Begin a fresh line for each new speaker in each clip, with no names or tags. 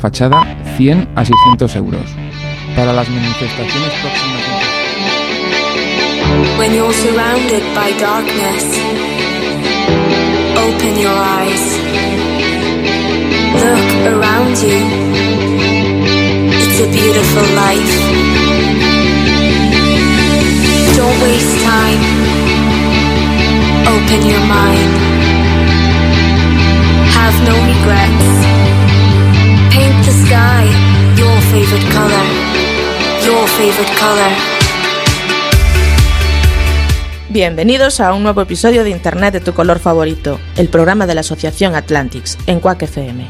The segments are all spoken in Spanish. Fachada 100 a 600 euros. Para las manifestaciones próximas.
When you're surrounded by darkness, open your eyes. Look around you. It's a beautiful life. Don't waste time. Open your mind. Have no regrets. Paint the sky your favorite color. Your favorite color.
Bienvenidos a un nuevo episodio de Internet de tu color favorito, el programa de la Asociación Atlantics en Quack FM.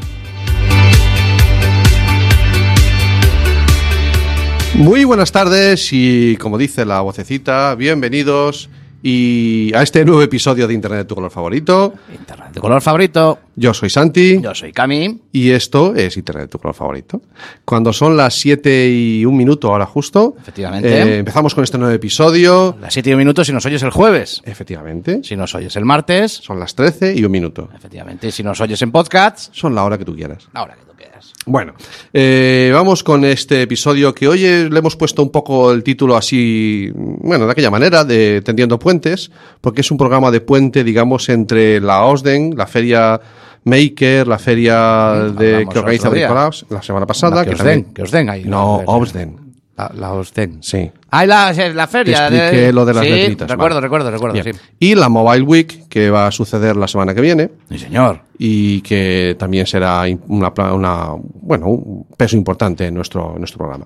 Muy buenas tardes y como dice la vocecita, bienvenidos y a este nuevo episodio de Internet de tu color favorito.
Internet de color favorito.
Yo soy Santi
Yo soy Cami.
y esto es Internet de tu color favorito. Cuando son las 7 y un minuto ahora justo,
Efectivamente.
eh, empezamos con este nuevo episodio.
Las 7 y un minuto si nos oyes el jueves.
Efectivamente,
Si nos oyes el martes.
son las 13 y un minuto.
Efectivamente. Si nos oyes en podcast.
Son la hora que tú quieras.
Ahora que tú quieras.
Bueno, eh, vamos con este episodio que hoy eh, le hemos puesto un poco el título así, bueno, de aquella manera, de Tendiendo Puentes, porque es un programa de puente, digamos, entre la OSDEN, la feria Maker, la feria
Mm,
de,
hablamos
que organiza
otro día.
Bricolabs la semana pasada.
No, que os
también-
den, que os den ahí.
No,
La-
OSDEN.
La, la Osten.
Sí.
Ah, y la, la feria.
Te expliqué lo de las
sí,
letritas,
Recuerdo,
vale.
recuerdo, recuerdo.
Bien.
Sí.
Y la Mobile Week, que va a suceder la semana que viene.
Sí, señor.
y que también será im- una, pla- una- bueno, un peso importante en nuestro, en nuestro programa.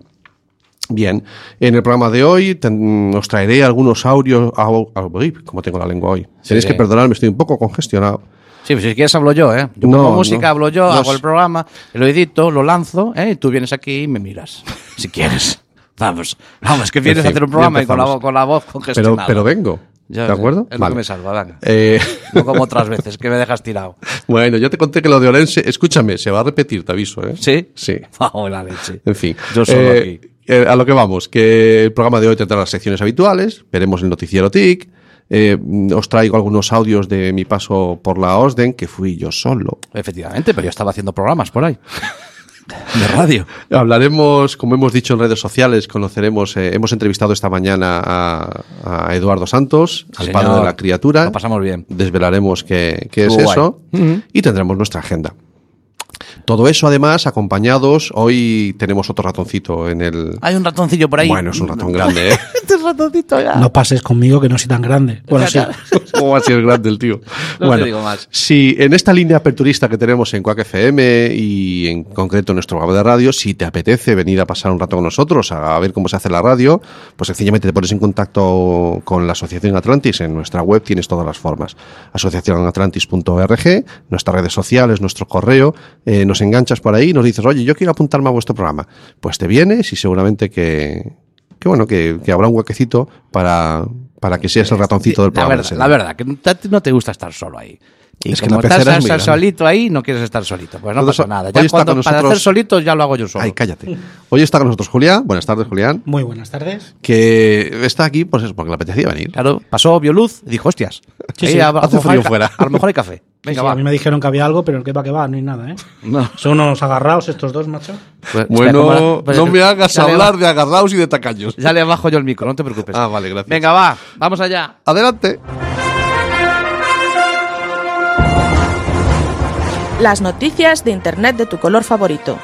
Bien, en el programa de hoy ten- os traeré algunos audios, au- au- uy, como tengo la lengua hoy. Tenéis que perdonarme, estoy un poco congestionado.
Sí, pues si quieres hablo yo, ¿eh? Yo
No,
pongo
no.
música, hablo yo,
No
hago
sé.
el programa, lo edito, lo lanzo, ¿eh? Y tú vienes aquí y me miras, si quieres. Vamos, vamos, que vienes
En fin,
a hacer un programa
ya
y con la, vo-
empezamos.
con la voz
Pero,
congestionada.
pero vengo,
Ya,
¿de acuerdo?
Es lo
Vale.
que me salva, venga.
Eh,
No como otras veces, que me dejas tirado.
bueno, ya te conté que lo de Orense, escúchame, se va a repetir, te aviso, ¿eh?
¿Sí?
Sí.
Bajo la Ah, leche.
En fin.
Yo solo
Eh,
aquí.
eh, a lo que vamos, que el programa de hoy tendrá las secciones habituales, veremos el noticiero TIC, eh, mm, os traigo algunos audios de mi paso por la OSDEN, que fui yo solo.
Efectivamente, pero yo estaba haciendo programas por ahí. De radio.
Hablaremos, como hemos dicho en redes sociales, conoceremos, eh, hemos entrevistado esta mañana a, a Eduardo Santos, al
Señor,
padre de la criatura.
Lo pasamos bien.
Desvelaremos qué, qué es
Estuvo guay.
eso y tendremos nuestra agenda. Todo eso, además, acompañados, hoy tenemos otro ratoncito en el...
Hay un ratoncillo por ahí.
Bueno, es un ratón grande, ¿eh?
Este ratoncito ya.
No pases conmigo que no soy tan grande. Bueno, sí.
¿Cómo va a ser grande el tío?
te digo más.
Si en esta línea aperturista que tenemos en Quack FM y en concreto en nuestro programa de radio, si te apetece venir a pasar un rato con nosotros a ver cómo se hace la radio, pues sencillamente te pones en contacto con la Asociación Atlantis. En nuestra web tienes todas las formas. Asociacionatlantis.org, nuestras redes sociales, nuestro correo. eh, nos enganchas por ahí y nos dices, oye, yo quiero apuntarme a vuestro programa. Pues te vienes y seguramente que, que bueno, que, que habrá un huequecito para, para que seas el ratoncito del
la
programa. de
verdad,
ese
la
día.
verdad, que no te- no te gusta estar solo ahí. Y
Es que
como
la
estás,
pecera es muy
estás
grande.
solito ahí, no quieres estar solito. Pues no
Entonces,
pasa nada.
hoy
Ya
está
cuando,
con
Para
nosotros-
hacer solito ya lo hago yo solo.
Ay, cállate. Hoy está con nosotros Julián. Buenas tardes, Julián.
Muy buenas tardes.
Que está aquí, pues eso, porque le apetecía venir.
claro, pasó Bioluz y dijo, hostias.
Sí,
ahí
sí.
a- a lo
Hace
mejor
frío
hay ca-
fuera.
A lo mejor hay café.
Sí,
Venga,
sí,
va.
a mí me dijeron que había algo, pero que va que va, no hay nada, ¿eh?
No.
Son unos agarrados estos dos, macho.
Pues, espera, ¿cómo la- pues, ya le-
de agarrados y de tacaños.
Ya le bajo yo el micro, no te preocupes.
Ah, vale, gracias.
Venga, va, vamos allá.
Adelante.
Las noticias de Internet de tu color favorito.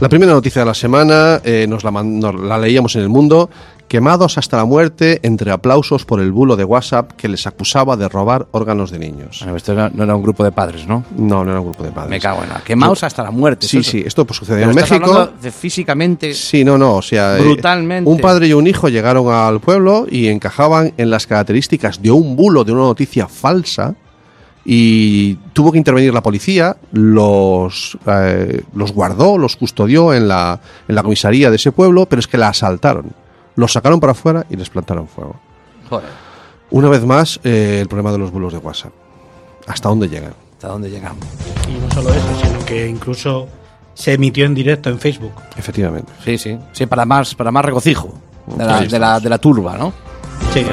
La primera noticia de la semana eh, nos, la man- nos la leíamos en El Mundo. Quemados hasta la muerte entre aplausos por el bulo de WhatsApp que les acusaba de robar órganos de niños.
esto no, no era un grupo de padres, ¿no?
No, no era un grupo de padres.
Me cago en la. Quemaos hasta la muerte.
Sí,
Esto-
sí, esto pues, sucedió
Pero
en
estás
México.
hablando de físicamente.
Sí, no, no, o sea, eh,
Brutalmente.
un padre y un hijo llegaron al pueblo y encajaban en las características de un bulo de una noticia falsa y tuvo que intervenir la policía, los, eh, los guardó, los custodió en la, en la comisaría de ese pueblo, pero es que la asaltaron, los sacaron para afuera y les plantaron fuego.
Joder,
Una vez más, eh, el problema de los bulos de WhatsApp. ¿Hasta dónde llegan?
¿hasta dónde llegamos?
Y no solo eso, sino que incluso se emitió en directo en Facebook.
Efectivamente.
Sí, sí. Sí, para más, para más regocijo. De la,
Ahí
de, la, de la turba, ¿no?
Sí, eso.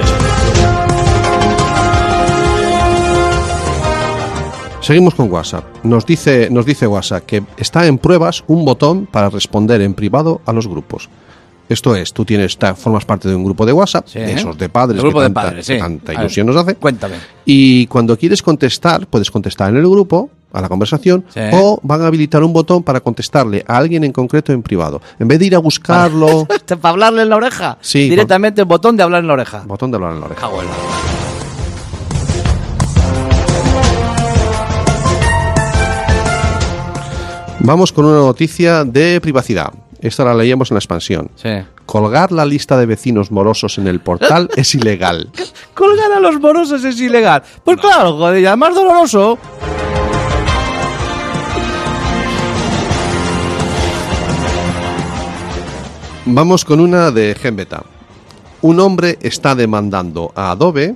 Seguimos con WhatsApp. Nos dice, nos dice WhatsApp que está en pruebas un botón para responder en privado a los grupos. Esto es, tú tienes, ta- formas parte de un grupo de WhatsApp,
Sí,
de
¿eh?
esos de padres,
El grupo
que
de
tanta,
padres,
que
sí.
tanta
A ver,
ilusión nos hace.
cuéntame.
Y cuando quieres contestar, puedes contestar en el grupo, a la conversación,
Sí.
o van a habilitar un botón para contestarle a alguien en concreto en privado. En vez de ir a buscarlo,
Para hablarle en la oreja.
Sí,
Directamente el botón de hablar en la oreja.
botón de hablar en la oreja.
Cago en la-
Vamos con una noticia de privacidad. Esta la leíamos en la expansión.
Sí.
Colgar la lista de vecinos morosos en el portal es ilegal.
Colgar a los morosos es ilegal. Pues claro, joder, y además doloroso.
Vamos con una de Genbeta. Un hombre está demandando a Adobe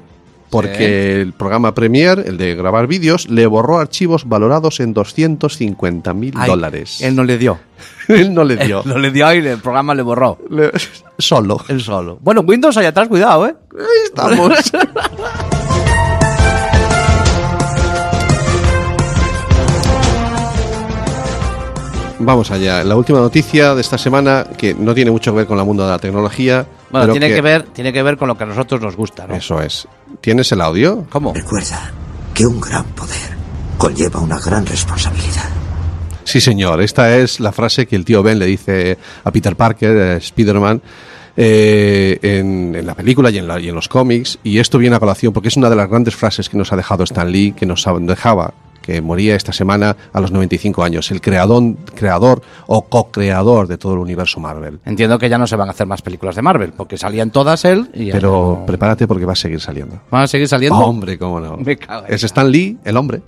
porque el programa Premiere, el de grabar vídeos, le borró archivos valorados en 250 mil
Ay,
dólares.
Él no le dio.
Él no le dio.
Él no le dio y el programa le borró.
Le- Solo.
Él solo. Bueno, Windows allá atrás, cuidado, ¿eh?
Estamos. Vamos allá. La última noticia de esta semana, que no tiene mucho que ver con el mundo de la tecnología.
Bueno,
pero
tiene que... ver, tiene que ver con lo que a nosotros nos gusta, ¿no?
Eso es. ¿Tienes el audio?
¿Cómo?
Recuerda que un gran poder conlleva una gran responsabilidad.
Sí, señor. Esta es la frase que el tío Ben le dice a Peter Parker, a Spider-Man, eh, en, en la película y en, la- y en los cómics. Y esto viene a colación porque es una de las grandes frases que nos ha dejado Stan Lee, que nos ha- dejaba, que moría esta semana a los 95 años, el creador, creador o co-creador de todo el universo Marvel.
Entiendo que ya no se van a hacer más películas de Marvel, porque salían todas él y ya
Pero
no-
prepárate porque va a seguir saliendo.
van a seguir saliendo.
Hombre, cómo no.
Me cago en
es
la-
Stan Lee, el hombre.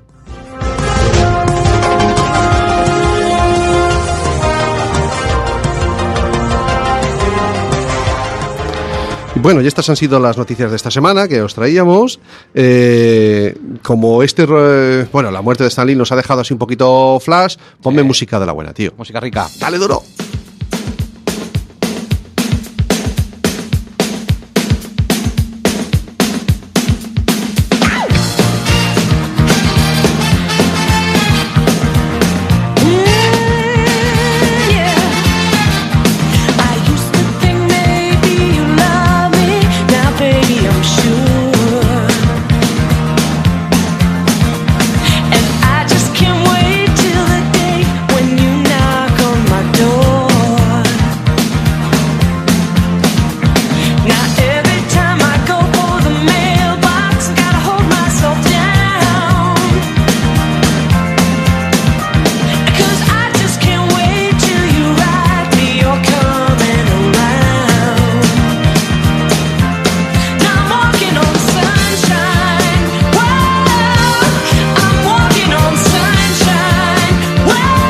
Y Bueno, y estas han sido las noticias de esta semana que os traíamos. Eh, como este, ro- bueno, la muerte de Stan Lee nos ha dejado así un poquito flash, ponme música de la buena, tío.
Eh. Música rica.
Dale duro.
I used to think maybe you love me. Now, baby, I'm sure. And I just can't wait till the day when you knock on my door. Now, every time I go for the mailbox, gotta hold myself down. Cause I just can't wait till you ride me, you're coming around. Now I'm walking on sunshine. Well, I'm walking on sunshine. Well,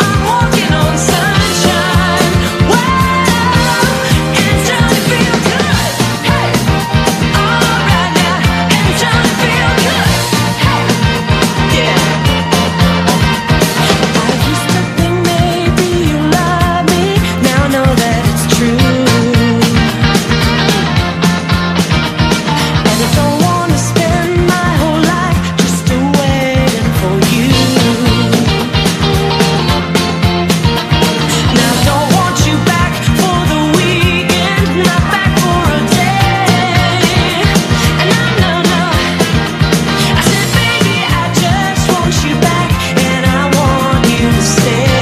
I'm walking on sunshine. Well, and it's time to feel good. Hey, alright now, and it's time to feel good. Hey, yeah. I used to think maybe you love me. Now know that it's true. And I don't wanna spend my whole life just waiting for you. Now don't want you back for the weekend, not back for a day. And I know, no. I said, baby, I just want you back, and I want you to stay.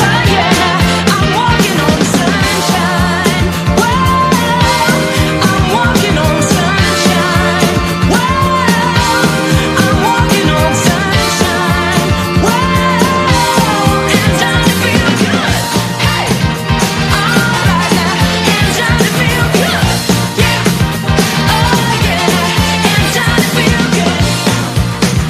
Oh yeah, I'm walking on sunshine. Well, I'm walking on sunshine. Well, I'm walking on sunshine. Well, and time to feel good. Hey, alright now, and time to feel good. Yeah. Oh yeah, and time to feel good.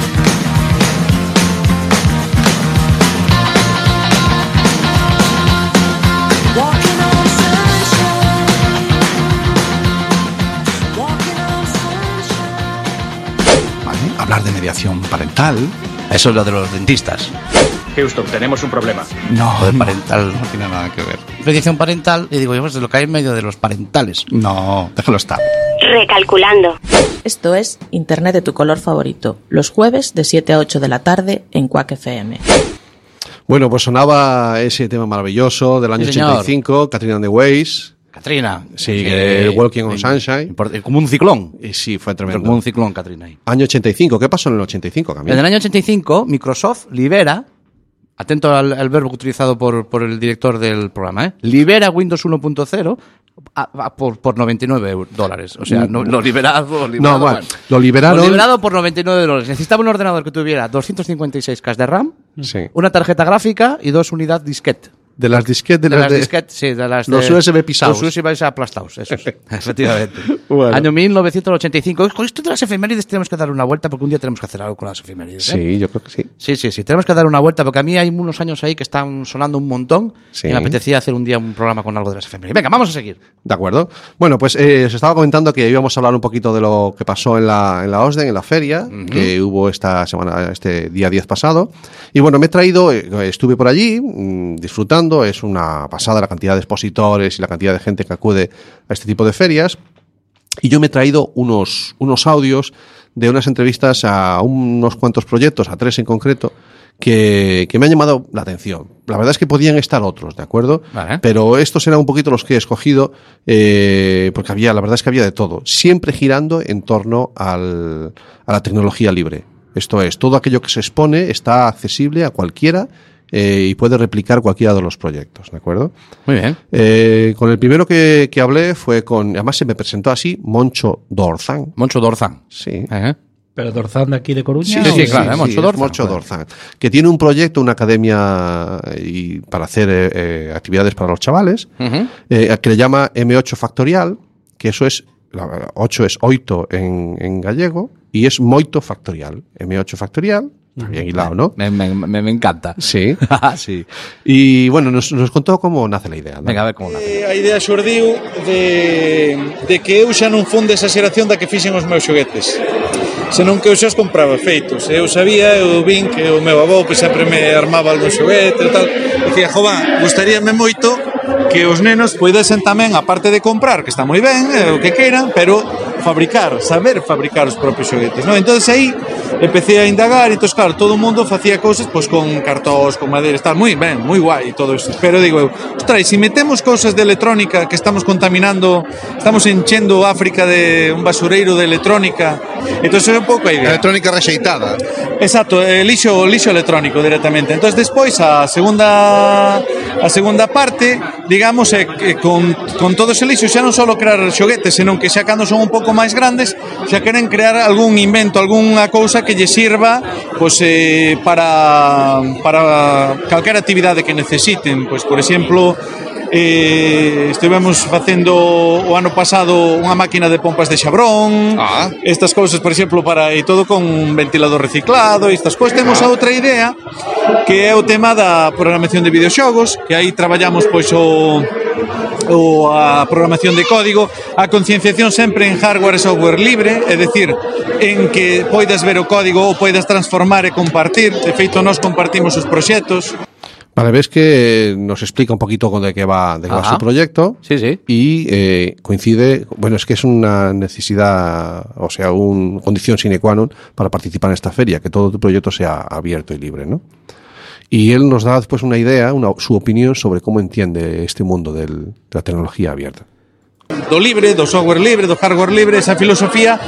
Walking on sunshine. Walking on sunshine.
Hablar de mediación parental. Eso es lo de los dentistas.
Houston, tenemos un problema.
No,
Joder,
no.
parental no tiene nada que ver.
Protección parental, y digo, yo, pues lo que hay en medio de los parentales.
No, déjalo estar.
Recalculando.
Esto es Internet de tu color favorito, los jueves de 7 a 8 de la tarde en Quack FM.
Bueno, pues sonaba ese tema maravilloso del año
Sí, señor.
85, Catherine and the Ways.
Catrina.
Sí,
eh,
que el Walking on
Sí.
Sunshine.
Import- Como un ciclón.
Y sí, fue
Pero Como
tremendo.
un ciclón, Catrina. ahí.
Año 85, ¿qué pasó en el 85,
En el
Camilo?
año 85, Microsoft libera, atento al, al verbo utilizado por, por el director del programa, ¿eh? libera Windows 1.0 a- a- por, por 99 eur- dólares. O sea, no- lo liberado. liberado,
No, bueno, lo liberaron.
Lo liberado por 99 dólares. Necesitaba un ordenador que tuviera 256K de RAM,
Sí.
una tarjeta gráfica y dos unidades disquete.
De las disquetes
De,
de, las
las
de-
disquetes, sí, de las
los
de-
USB pisados.
Los USB aplastados, esos. Efectivamente.
Bueno.
Año 1985. Con esto de las efemérides tenemos que dar una vuelta porque un día tenemos que hacer algo con las efemérides. ¿eh?
Sí, yo creo que sí.
Sí, sí, sí. Tenemos que dar una vuelta porque a mí hay unos años ahí que están sonando un montón
Sí.
y me apetecía hacer un día un programa con algo de las efemérides. Venga, vamos a seguir.
De acuerdo. Bueno, pues eh, se estaba comentando que íbamos a hablar un poquito de lo que pasó en la, en la OSDEN, en la feria, que hubo esta semana, este día 10 pasado. Y bueno, me he traído, eh, estuve por allí mm, disfrutando, es una pasada la cantidad de expositores y la cantidad de gente que acude a este tipo de ferias. Y yo me he traído unos, unos audios de unas entrevistas a unos cuantos proyectos, a tres en concreto, que, que me han llamado la atención. La verdad es que podían estar otros, ¿de acuerdo?
Vale.
Pero estos eran un poquito los que he escogido, eh, porque había, la verdad es que había de todo, siempre girando en torno al- a la tecnología libre. Esto es, todo aquello que se expone está accesible a cualquiera eh, y puede replicar cualquiera de los proyectos, ¿de acuerdo?
Muy bien.
Eh, con el primero que, que hablé fue con. Además, se me presentó así, Moncho Dorzán.
Moncho Dorzán.
Sí.
Ajá.
Pero Dorzán de aquí de Coruña.
Sí,
¿o
sí,
de-
claro, ¿eh? Moncho
es
Dorzán.
Moncho Dorzán, Que tiene un proyecto, una academia y para hacer eh, eh, actividades para los chavales,
Ujú.
eh, que le llama M8 Factorial, que eso es. la- 8 es oito en, en gallego y es moito factorial. M8 factorial, bien hilado, ¿no?
Me, me- me- me encanta.
Sí, sí. Y bueno, nos, nos contó cómo nace la idea. ¿no?
Venga, a ver cómo la hace.
Eh, A idea xurdiu de, de que eu xa non fonde esa xeración da que fixen os meus xoguetes. Senón que eu xa os compraba feitos. Eu sabía, eu vin que o meu avó pois, sempre me armaba algún xoguete e tal. Dicía, jova, gustaríame moito que os nenos poidesen tamén, aparte de comprar, que está moi ben, eh, o que queiran, pero fabricar, saber fabricar os propios xoguetes. Non? Entón aí empecé a indagar, entón claro, todo o mundo facía cousas pois, con cartós, con madeira, tal, moi ben, moi guai todo isto. Pero digo eu, ostra, e se metemos cousas de electrónica que estamos contaminando, estamos enchendo África de un basureiro de electrónica, entón é un pouco a idea.
Electrónica rexeitada.
Exacto, eh, lixo, lixo electrónico directamente. Entón, despois, a segunda a segunda parte, digamos, é que con, con todo ese lixo xa non só crear xoguetes, senón que xa cando son un pouco máis grandes, xa queren crear algún invento, algunha cousa que lle sirva pois, eh, para, para calquera actividade que necesiten. Pois, por exemplo, eh, estivemos facendo o ano pasado unha máquina de pompas de xabrón,
Ah.
estas cousas, por exemplo, para e todo con un ventilador reciclado e estas cousas. Temos a outra idea que é o tema da programación de videoxogos, que aí traballamos pois o ou a programación de código, a concienciación sempre en hardware e software libre, é dicir, en que poidas ver o código ou poidas transformar e compartir. De feito, nós compartimos os proxectos,
Vale, ves que eh, nos explica un poquito de qué va, de qué va
Ajá.
su proyecto.
Sí, sí.
Y eh, coincide, bueno, es que es una necesidad, o sea, una condición sine qua non para participar en esta feria, que todo tu proyecto sea abierto y libre, ¿no? Y él nos da después una idea, una, su opinión sobre cómo entiende este mundo del- de la tecnología abierta.
do libre, do software libre, do hardware libre, esa filosofía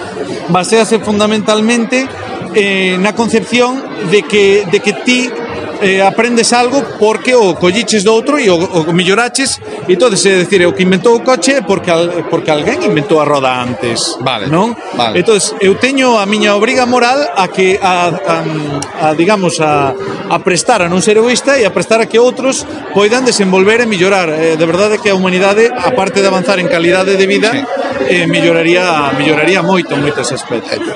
basease fundamentalmente eh, na concepción de que, de que ti eh, aprendes algo porque o colliches do outro e o, o melloraches e todo, é dicir, o que inventou o coche é porque, al, porque alguén inventou a roda antes
Vale,
non?
vale.
Entón, eu teño a miña obriga moral a que a, a, a digamos a, a prestar a non ser egoísta e a prestar a que outros poidan desenvolver e mellorar. Eh, de verdade que a humanidade, aparte de avanzar en calidade de vida, eh, melloraría
Ah,
melloraría moito en moitos aspectos.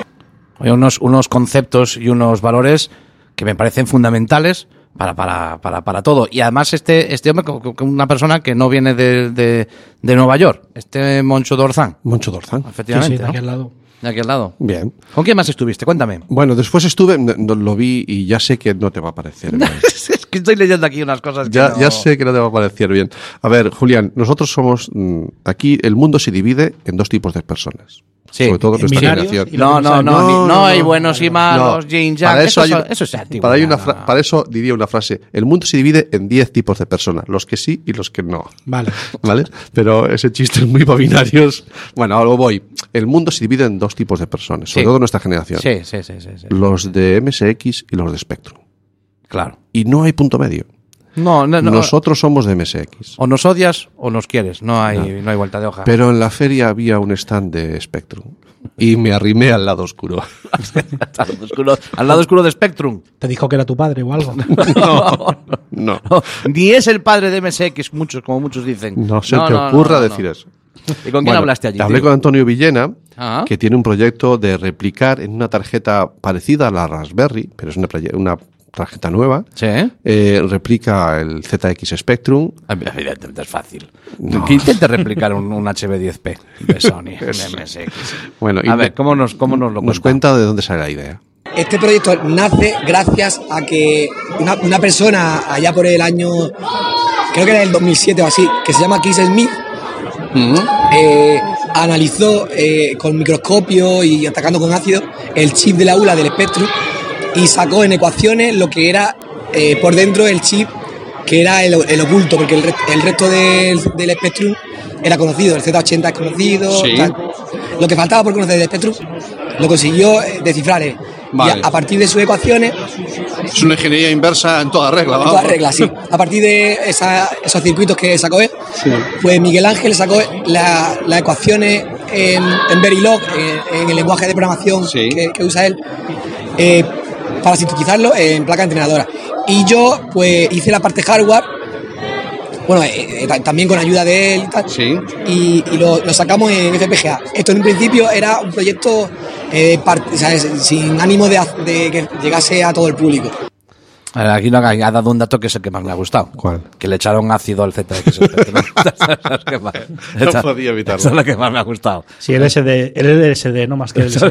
Hay unos, unos conceptos y unos valores que me parecen fundamentales para, para, para, para todo. Y además este, este hombre, co- co- co- una persona que no viene de, de, de Nueva York, este Moncho Dorzán.
Moncho Dorzán.
Sí, sí,
Efectivamente.
de
¿no?
aquí al lado.
de aquel lado.
Bien.
¿Con quién más estuviste? Cuéntame.
Bueno, después estuve, n- no- lo vi y ya sé que no te va a parecer bien.
es que estoy leyendo aquí unas cosas que
Ya,
no-
ya sé que no te va a parecer bien. A ver, Julián, nosotros somos. mm, Aquí el mundo se divide en dos tipos de personas.
Sí.
Sobre todo
¿En
nuestra
binarios?
generación.
Y
No, no, no,
No,
ni- no,
no, no,
hay
no.
buenos y malos, Jin Yang.
para eso,
eso,
hay
son-
una-
eso es antiguo.
para, hay una
no,
fra-
no.
para eso diría una frase. El mundo se divide en 10 tipos de personas, los que sí y los que no.
Vale.
¿Vale? Pero ese chiste es muy para binarios. Bueno, ahora voy. El mundo se divide en dos tipos de personas, sobre
Sí.
todo nuestra generación.
Sí, sí, sí, sí, sí.
Los de MSX y los de Spectrum.
Claro.
Y no hay punto medio.
No, no, no.
Nosotros somos de MSX.
o nos odias o nos quieres. No hay, no. hay vuelta de hoja.
Pero en la feria había un stand de Spectrum. Y me arrimé al lado oscuro.
al, lado oscuro, al lado oscuro de Spectrum.
Te dijo que era tu padre o algo.
No.
Ni es el padre de MSX, muchos, como muchos dicen.
No se te
no,
ocurra
no, no.
decir eso.
¿Y con quién
Bueno,
hablaste allí?
Hablé
tío? Ah.
con Antonio Villena,
Ajá.
que tiene un proyecto de replicar en una tarjeta parecida a la Raspberry, pero es una, proye- una tarjeta nueva.
Sí, ¿eh?
Eh, replica el ZX Spectrum.
Evidentemente es fácil. Que intente replicar Ah, un, un HB10P de Sony, de MSX.
Bueno, y
A ver,
me-
¿cómo nos, cómo nos lo
nos
cuenta?
cuenta de dónde sale la idea.
Este proyecto nace gracias a que una, una persona allá por el año, creo que era el 2007 o así, que se llama Keith Smith, eh, analizó eh, con microscopio y atacando con ácido el chip de la ULA del Spectrum y sacó en ecuaciones lo que era eh, por dentro el chip que era el, el oculto, porque el, rest- el resto del, del Spectrum era conocido, el Z80 es conocido.
Sí.
tal. Lo que faltaba por conocer del Spectrum lo consiguió eh, descifrar él.
Vale.
Y a, a partir de sus ecuaciones,
Es una ingeniería inversa en toda regla, vamos.
todas reglas, sí. A partir de esa- esos circuitos que sacó él, pues Miguel Ángel sacó la- las ecuaciones en, en Verilog, eh, en, en el lenguaje de programación
Sí.
que, que usa él, eh, para sintetizarlo en placa entrenadora. Y yo, pues, hice la parte hardware, bueno, eh, eh, ta- también con ayuda de él y tal
Sí.
y, y lo, lo sacamos en FPGA. Esto en un principio era un proyecto eh, par- o sea, es- sin ánimo de, haz- de que llegase a todo el público.
A ver, Aquí no ha ha dado un dato que es el que más me ha gustado.
¿Cuál?
Que le echaron ácido al ZX. Spectrum. Esa es la que más- esa-
podía evitarlo.
Esa es la que más me ha gustado.
Sí, el SD, el LSD, no más que el SD.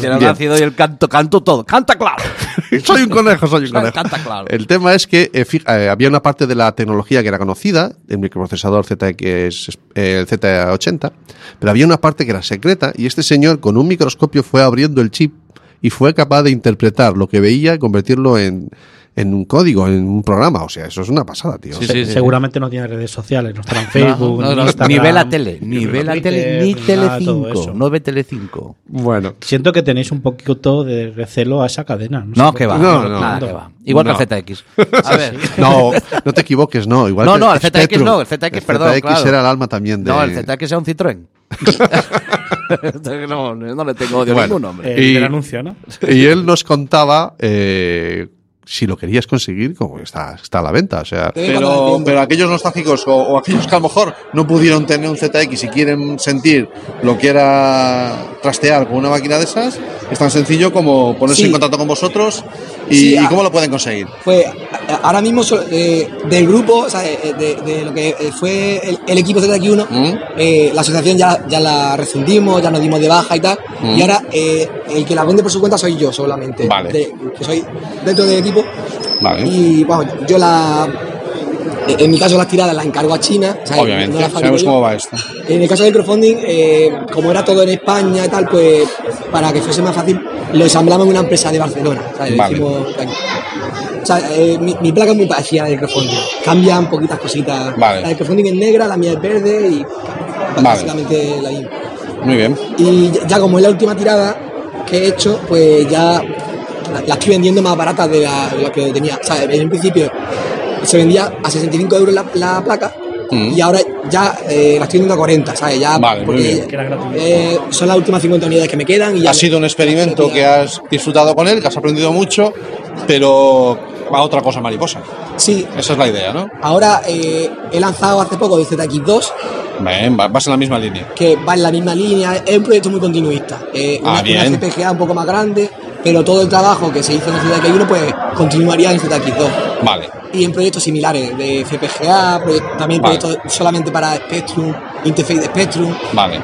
Tiene ácido y el canto, canto todo. Canta claro.
soy un conejo, soy un
Me
conejo.
encanta, claro.
El tema es que eh, fi- eh, había una parte de la tecnología que era conocida, el microprocesador ZX, eh, el Z80, pero había una parte que era secreta y este señor con un microscopio fue abriendo el chip y fue capaz de interpretar lo que veía y convertirlo en, en un código, en un programa. O sea, eso es una pasada, tío.
Sí, sí, sí.
Seguramente no tiene redes sociales, no estará en Facebook,
No,
ni
no,
Instagram,
ni ve la tele, ni
Twitter,
ve la tele, ni
nada, todo eso.
Telecinco. No ve Telecinco.
Bueno.
Siento que tenéis un poquito de recelo a esa cadena.
No,
sé
que
por
va.
qué.
No, no.
Nada, que va. Igual
No.
que el ZX. A ver.
No, no te equivoques, no. Igual
No,
que
no, el ZX
Spectrum.
no, el ZX, perdón,
ZX
claro.
era el alma también de.
No, el ZX sea un Citroën. no, no le tengo odio a
Bueno,
ningún hombre.
Eh,
Eh,
El
Y-
del anuncio, ¿no?
Y él nos contaba eh, si lo querías conseguir, como está, está a la venta. O sea,
Pero, pero aquellos nostálgicos o, o aquellos que a lo mejor no pudieron tener un ZX y quieren sentir lo que era trastear con una máquina de esas, es tan sencillo como ponerse
Sí.
en contacto con vosotros y,
Sí,
y
ah.
cómo lo pueden conseguir.
Pues a- a- ahora mismo so- eh, del grupo, o sea, eh, de, de lo que eh, fue el, el equipo ZX1,
¿Mm?
eh, la asociación ya, ya la rescindimos, ya nos dimos de baja y tal. Y ahora eh, el que la vende por su cuenta soy yo solamente.
Mm. Vale.
de- que soy dentro del equipo.
Vale.
Y bueno, yo la. En mi caso las tiradas las encargo a China. o sea, no
Obviamente,
las fabrico
sabemos
yo.
cómo va esto.
En el caso del crowdfunding, eh, como era todo en España y tal, pues para que fuese más fácil, lo ensamblamos en una empresa de Barcelona. ¿sabes? Lo
Vale.
hicimos aquí. O sea, eh, mi, mi placa es muy parecida a la del crowdfunding. Cambian poquitas cositas.
Vale.
La del crowdfunding es negra, la mía es verde y básicamente la misma.
Muy bien.
Y ya- ya como es la última tirada que he hecho, pues ya la, la estoy vendiendo más barata de la, de la que tenía. O sea, en un principio se vendía a 65 euros la, la placa y ahora ya eh, la estoy vendiendo a 40, ¿sabes? Ya
Mm. Vale, muy bien.
porque eh, son las últimas 50 unidades que me quedan y ya
Ha sido un experimento que has disfrutado con él, que has aprendido mucho, pero va a otra cosa mariposa.
Sí,
Esa es la idea, ¿no?
ahora eh, he lanzado hace poco el ZX2
Bien, va- vas en la misma línea.
que va en la misma línea, es un proyecto muy continuista. Eh,
Ah,
una,
bien.
una CPGA un poco más grande, pero todo el trabajo que se hizo en el ZX1 pues continuaría en el ZX2.
Vale.
y en proyectos similares, de FPGA, proye- también
Vale.
proyectos solamente para Spectrum, Interface de Spectrum.
Vale,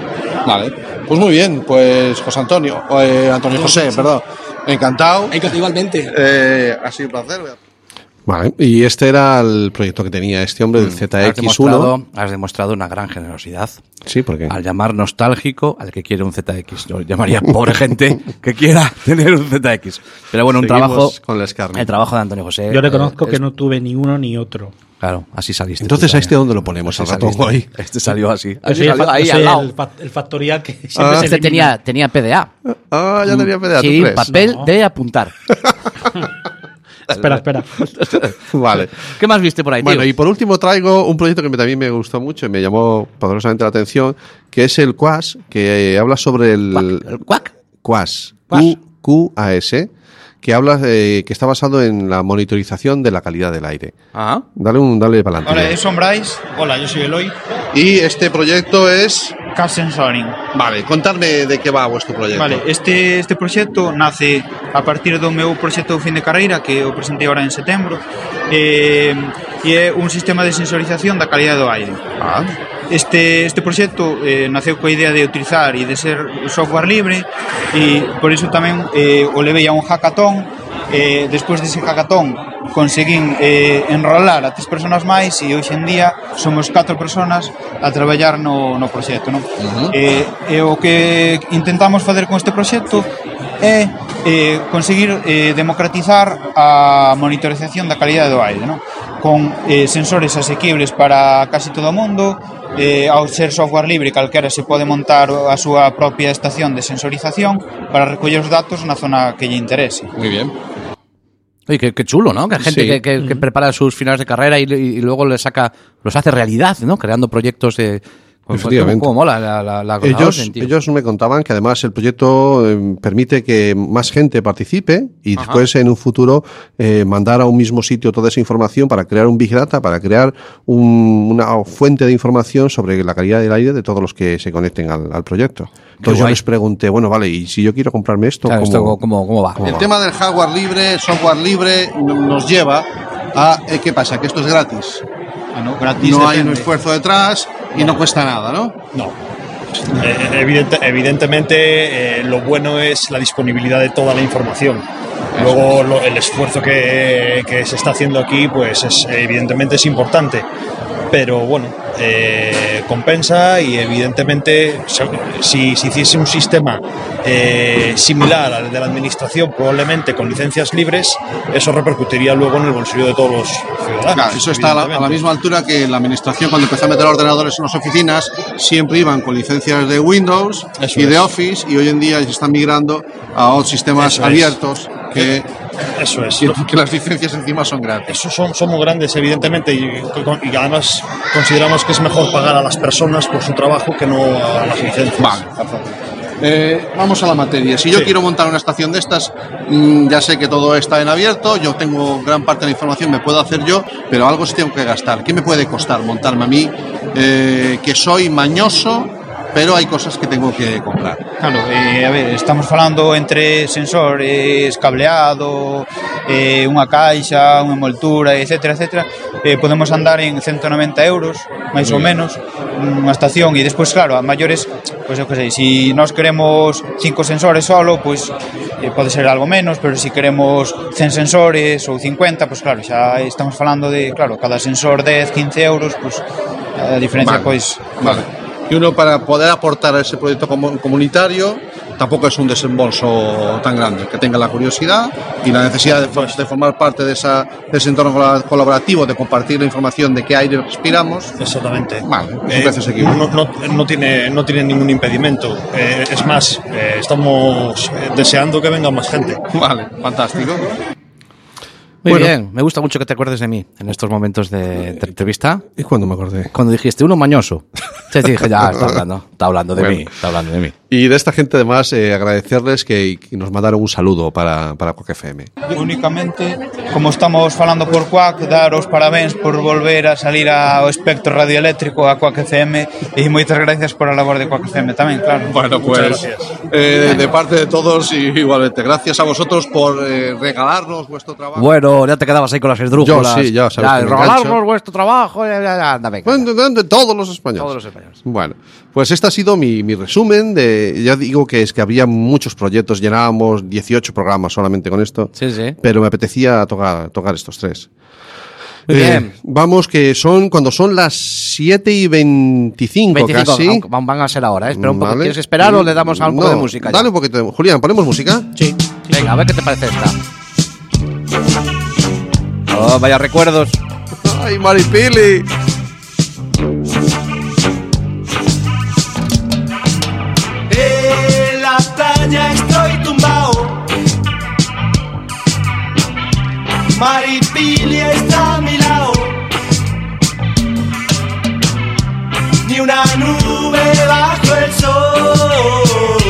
vale.
Pues muy bien, pues José Antonio, eh, Antonio José, perdón. Encantado.
Igualmente.
Eh, ha sido un placer.
Vale, y este era el proyecto que tenía este hombre del
Mm. Has demostrado,
ZX1.
has demostrado una gran generosidad.
Sí, porque
Al llamar nostálgico al que quiere un ZX. Yo llamaría pobre gente que quiera tener un ZX. Pero bueno, un
Seguimos
trabajo.
con la escarnia.
El trabajo de Antonio José.
Yo reconozco
eh,
que
es-
no tuve ni uno ni otro.
Claro, así saliste.
Entonces,
tú
¿a este
también.
dónde lo ponemos
Así
al ratón
saliste.
hoy?
Este salió así.
Yo
Así
soy el,
salió
fa-
ahí
yo
al
soy
lado.
el fa- el factorial que siempre
Ah,
se
este
elimina.
tenía, tenía PDA.
Ah, ya tenía PDA, ¿tú
Mm, Sí,
crees?
papel
No.
de apuntar.
Espera, espera.
Vale.
¿Qué más viste por ahí,
Bueno,
tío?
y por último traigo un proyecto que me- también me gustó mucho y me llamó poderosamente la atención, que es el Quas, que eh, habla sobre el...
¿Cuac?
Quas.
Quas.
Q-Q-A-S, que habla eh, que está basado en la monitorización de la calidad del aire.
Ajá.
Dale un dale para adelante.
son Bryce. Hola, yo soy Eloy.
Y este proyecto es.
Car Sensoring.
Vale, contadme de qué va vuestro proyecto.
Vale, este, este proxecto nace a partir do meu proxecto fin de carreira que o presentei ahora en setembro eh, e é un sistema de sensorización da calidade do aire.
Ah,
Este, este proxecto eh, naceu coa idea de utilizar e de ser software libre e por iso tamén eh, o levei a un hackathon eh, despois dese hackathon conseguín eh, enrolar a tres personas máis e hoxe en día somos catro personas a traballar no, no proxecto non?
Ujú.
eh, e o que intentamos fazer con este proxecto é eh, conseguir eh, democratizar a monitorización da calidade do aire non? con eh, sensores asequibles para casi todo o mundo eh, ao ser software libre calquera se pode montar a súa propia estación de sensorización para recoller os datos na zona que lle interese
muy bien.
Oye, qué, qué chulo, ¿no? Que hay gente
Sí.
que, que- que prepara sus finales de carrera y, y luego le saca, los hace realidad, ¿no? Creando proyectos de. como-
Efectivamente.
como mola la, la, la- la
Ellos,
orden, tío.
ellos me contaban que además el proyecto eh, permite que más gente participe y después en un futuro eh, mandar a un mismo sitio toda esa información para crear un Big Data, para crear un- una fuente de información sobre la calidad del aire de todos los que se conecten al, al proyecto. Entonces yo
guay.
les pregunté, bueno, vale, y si yo quiero comprarme esto,
Claro, esto, ¿cómo, cómo, va?
cómo
El
va?
tema del hardware libre, software libre, no- nos lleva a. eh, ¿Qué pasa? Que esto es gratis.
Ah,
bueno, gratis
No hay un
depende.
esfuerzo detrás y no cuesta nada, ¿no?
No. Eh, evidente- evidentemente, eh, lo bueno es la disponibilidad de toda la información. Luego lo- el esfuerzo que, que se está haciendo aquí, pues es, evidentemente es importante. Pero bueno, eh, compensa y evidentemente se- si se hiciese un sistema eh, similar al de la administración, probablemente con licencias libres, eso repercutiría luego en el bolsillo de todos los ciudadanos.
Claro, eso está a la, a la
evidentemente.
misma altura que la administración cuando empezó a meter ordenadores en las oficinas, siempre iban con licencias de Windows
Eso
y de
es.
Office y hoy en día se están migrando a otros sistemas
Eso es.
abiertos que,
Eso es.
que- que las licencias encima son gratis.
Eso son, son muy grandes, evidentemente, y, y además consideramos que es mejor pagar a las personas por su trabajo que no a las licencias.
Vale. Eh, vamos a la materia. Si yo
Sí.
quiero montar una estación de estas, mm, ya sé que todo está en abierto, yo tengo gran parte de la información, me puedo hacer yo, pero algo sí tengo que gastar. ¿Qué me puede costar montarme a mí? Eh, que soy mañoso, pero hay cosas que tengo que comprar.
Claro, eh, a ver, estamos falando entre sensores, cableado, eh, unha caixa, unha envoltura, etc, etc. Eh, podemos andar en 190 euros, máis ou menos, unha estación. E despois, claro, a maiores, pois eu que sei, se nós queremos cinco sensores solo, pois eh, pode ser algo menos, pero se queremos 100 sensores ou 50, pois claro, xa estamos falando de, claro, cada sensor 10, 15 euros, pois a diferencia, pues,
Vale.
pois,
Vale. Y uno para poder aportar a ese proyecto comu- comunitario, tampoco es un desembolso tan grande, que tenga la curiosidad y la necesidad de, for- de formar parte de, esa, de ese entorno col- colaborativo, de compartir la información de qué aire respiramos.
Exactamente.
Vale,
Eh,
pues es un precio asequible.
no, no- no tiene, no tiene ningún impedimento. Eh, es más, eh, estamos eh, deseando que venga más gente.
Vale, fantástico.
Muy
Bueno. Eh,
bien, me gusta mucho que te acuerdes de mí en estos momentos de, de entrevista.
¿Y cuándo me acordé?
Cuando dijiste uno mañoso. Te dije, ya, está hablando, está hablando de
Bueno.
mí, está hablando de mí.
Y de esta gente además eh, agradecerles que, que nos mandaron un saludo para, para Quack FM.
Únicamente, como estamos falando por Quack, dar os parabéns por volver a salir ao espectro radioeléctrico a Quack FM e moitas gracias por a labor de Quack FM tamén, claro.
Bueno, pues eh, de parte de todos y igualmente, gracias a vosotros por eh, regalarnos vuestro trabajo.
Bueno, ya te quedabas ahí con las esdrújulas.
Yo sí, ya sabes que me engancho.
Rogarnos vuestro trabajo, ya, ya, ya, anda, venga.
Bueno, de- de- de todos los españoles.
Todos los españoles.
Bueno, pues este ha sido mi, mi resumen de,
eh, ya digo que es que había muchos proyectos, llenábamos 18 programas solamente con esto,
Sí, sí.
pero me apetecía tocar, tocar estos tres. Eh,
Muy bien.
Vamos, que son cuando son las 7 y 25,
25,
casi.
aunque van van a ser ahora, ¿eh? espera un poco.
Vale.
¿Quieres esperar o le damos a un poco
No,
de música? ya?
Dale un poquito de- Julián, ¿ponemos música?
Sí.
Venga, a ver qué te parece esta. Oh, vaya recuerdos.
¡Ay, Maripili!
En la playa estoy tumbao. Maripili está a mi lado. Ni una nube bajo el sol.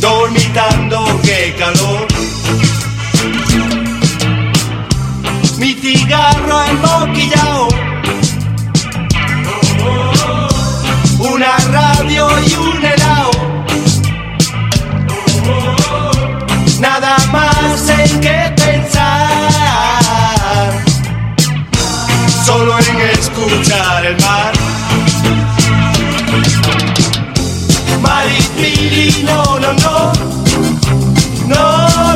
Dormitando, qué calor. Mi cigarro emboquillao. una radio y un helado. Nada más en qué pensar, solo en escuchar el mar. Maripili, no, no, no. No,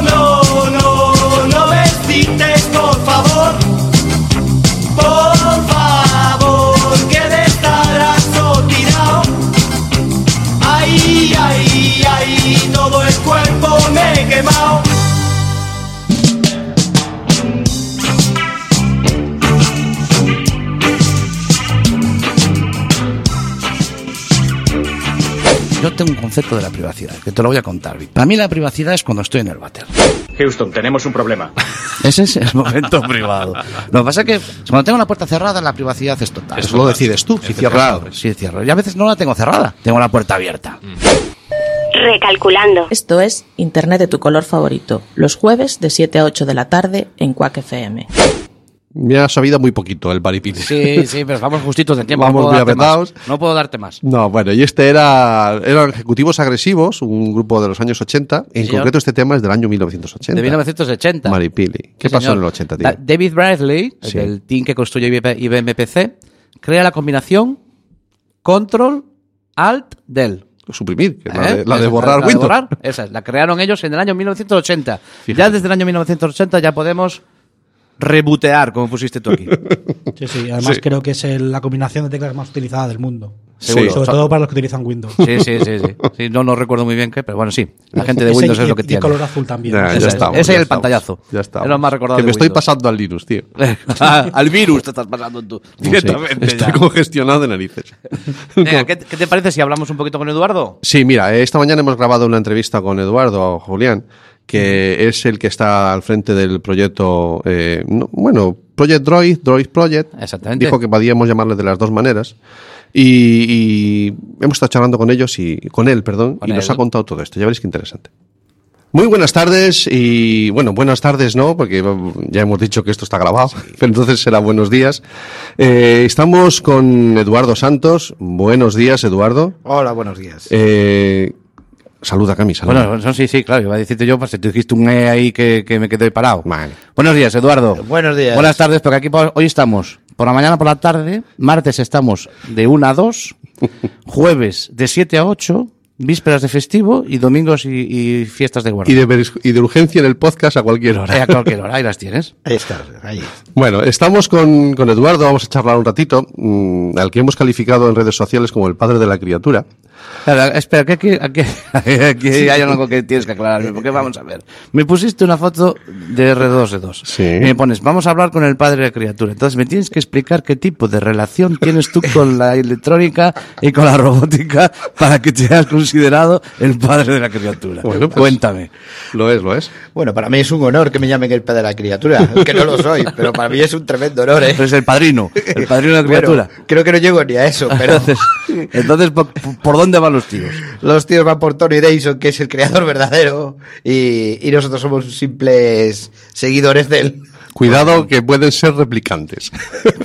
no, no, no vestites, por favor. Por favor, que de estarás tirado. Ay, ay, ay, todo el cuerpo me he quemado.
Yo tengo un concepto de la privacidad, que te lo voy a contar. Vic. Para mí la privacidad es cuando estoy en el váter.
Houston, tenemos un problema.
Ese es el momento privado. Lo que pasa es que cuando tengo la puerta cerrada, la privacidad es total.
Eso lo decides tú, si
cierras. Sí, cierro. Y a veces no la tengo cerrada, tengo la puerta abierta.
Recalculando. Esto es Internet de tu color favorito, los jueves de 7 a 8 de la tarde en Quack FM.
Me ha sabido muy poquito el Maripili.
Sí, sí, pero vamos justitos de tiempo.
Vamos
no puedo
muy
darte más.
apretados.
No puedo darte más.
No, bueno, y este era eran Ejecutivos Agresivos, un grupo de los años 80. En
señor.
concreto, este tema es del año 1980.
De 1980.
Maripili.
Sí,
¿Qué pasó
señor.
en el 80, tío?
Da- David Bradley, el
Sí.
del team que construye IBM IBM PC, crea la combinación Control Alt Del.
Suprimir, que es la
¿Eh?
de, la de
Esa,
borrar
la de
Windows.
borrar, esa es, la crearon ellos en el año 1980. Ya desde el año 1980 ya podemos rebotear, como pusiste tú aquí.
Sí, sí, además
Sí.
creo que es el- la combinación de teclas más utilizada del mundo.
Seguro.
Sobre
Sí.
todo para los que utilizan Windows.
Sí, sí, sí, sí. Sí, No, no recuerdo muy bien qué, pero bueno, sí. La gente de
Ese
Windows
y-
es lo que
y
tiene.
color azul también. Ya, ya
Ese es-
estamos,
ese
ya
es el
estamos.
pantallazo.
Ya está.
Es lo más recordado
Que
de
me estoy
Windows. Ah,
pasando al Linux, tío.
al virus te estás pasando tú. Directamente.
Está
ya.
congestionado de narices.
Venga, ¿qué, qué te parece si hablamos un poquito con Eduardo?
Sí, mira, eh, esta mañana hemos grabado una entrevista con Eduardo Julián, que es el que está al frente del proyecto, eh, no- bueno, Project Droid, Droid Project.
Exactamente.
Dijo que podíamos llamarle de las dos maneras. Y, y hemos estado charlando con ellos y con él, perdón,
Con
y nos
él.
ha contado todo esto. Ya veréis qué interesante. Muy buenas tardes y bueno, buenas tardes no, porque ya hemos dicho que esto está grabado, pero entonces será buenos días. Eh, estamos con Eduardo Santos. Buenos días, Eduardo.
Hola, buenos días.
Eh, saluda, Cami, saluda.
Bueno, no, sí, sí, claro, iba a decirte yo, pues si tú dijiste un E ahí que, que me quedé parado. Buenos días, Eduardo.
Buenos días.
Buenas tardes, porque aquí por- hoy estamos por la mañana, por la tarde, martes estamos de 1 a 2, jueves de 7 a 8, vísperas de festivo y domingos y, y fiestas de guardia.
y, de, veris- y de urgencia en el podcast a cualquier hora.
Eh, a cualquier hora, ahí las tienes.
Ahí está, ahí.
Bueno, estamos con, con Eduardo, vamos a charlar un ratito, mm, al que hemos calificado en redes sociales como el padre de la criatura.
Espera, espera, que aquí, aquí- aquí hay algo que tienes que aclararme, porque vamos a ver. Me pusiste una foto de R2D2. Y me pones, vamos a hablar con el padre de la criatura. Entonces me tienes que explicar qué tipo de relación tienes tú con la electrónica y con la robótica para que te seas considerado el padre de la criatura.
Bueno, pues-
Cuéntame.
Lo es, lo es.
Bueno, para mí es un honor que me llamen el padre de la criatura, que no lo soy, pero para mí es un tremendo honor, ¿eh?
Eres el padrino, el padrino de la criatura.
Bueno, creo que no llego ni a eso, pero...
Entonces, ¿por, por dónde van los tíos?
Los tíos van por Tony Dayson, que es el creador verdadero, y, y nosotros somos simples seguidores de él.
Cuidado que pueden ser replicantes.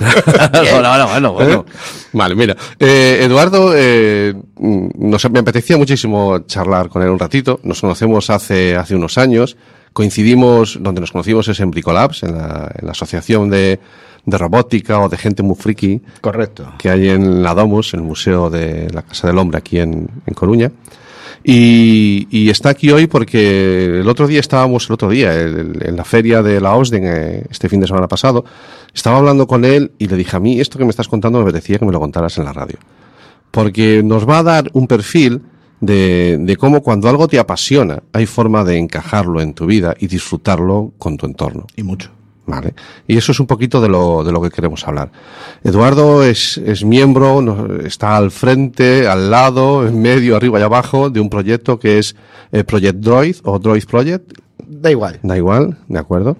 bueno, bueno, bueno, bueno.
Vale, mira, eh, Eduardo, eh, mm, nos, me apetecía muchísimo charlar con él un ratito. Nos conocemos hace, hace unos años. Coincidimos, donde nos conocimos es en Bricolabs, en la, en la asociación de, de robótica o de gente muy friki.
Correcto.
Que hay en la Domus, en el Museo de la Casa del Hombre, aquí en, en Coruña. Y, y está aquí hoy porque el otro día estábamos, el otro día, el- el- en la feria de la OSDEN, eh, este fin de semana pasado, estaba hablando con él y le dije a mí, esto que me estás contando me apetecía que me lo contaras en la radio. Porque nos va a dar un perfil de, de cómo cuando algo te apasiona, hay forma de encajarlo en tu vida y disfrutarlo con tu entorno.
Y mucho.
Vale. Y eso es un poquito de lo, de lo que queremos hablar. Eduardo es, es miembro, no- está al frente, al lado, en medio, arriba y abajo de un proyecto que es eh, Project Droid o Droid Project.
Da igual.
Da igual, de acuerdo.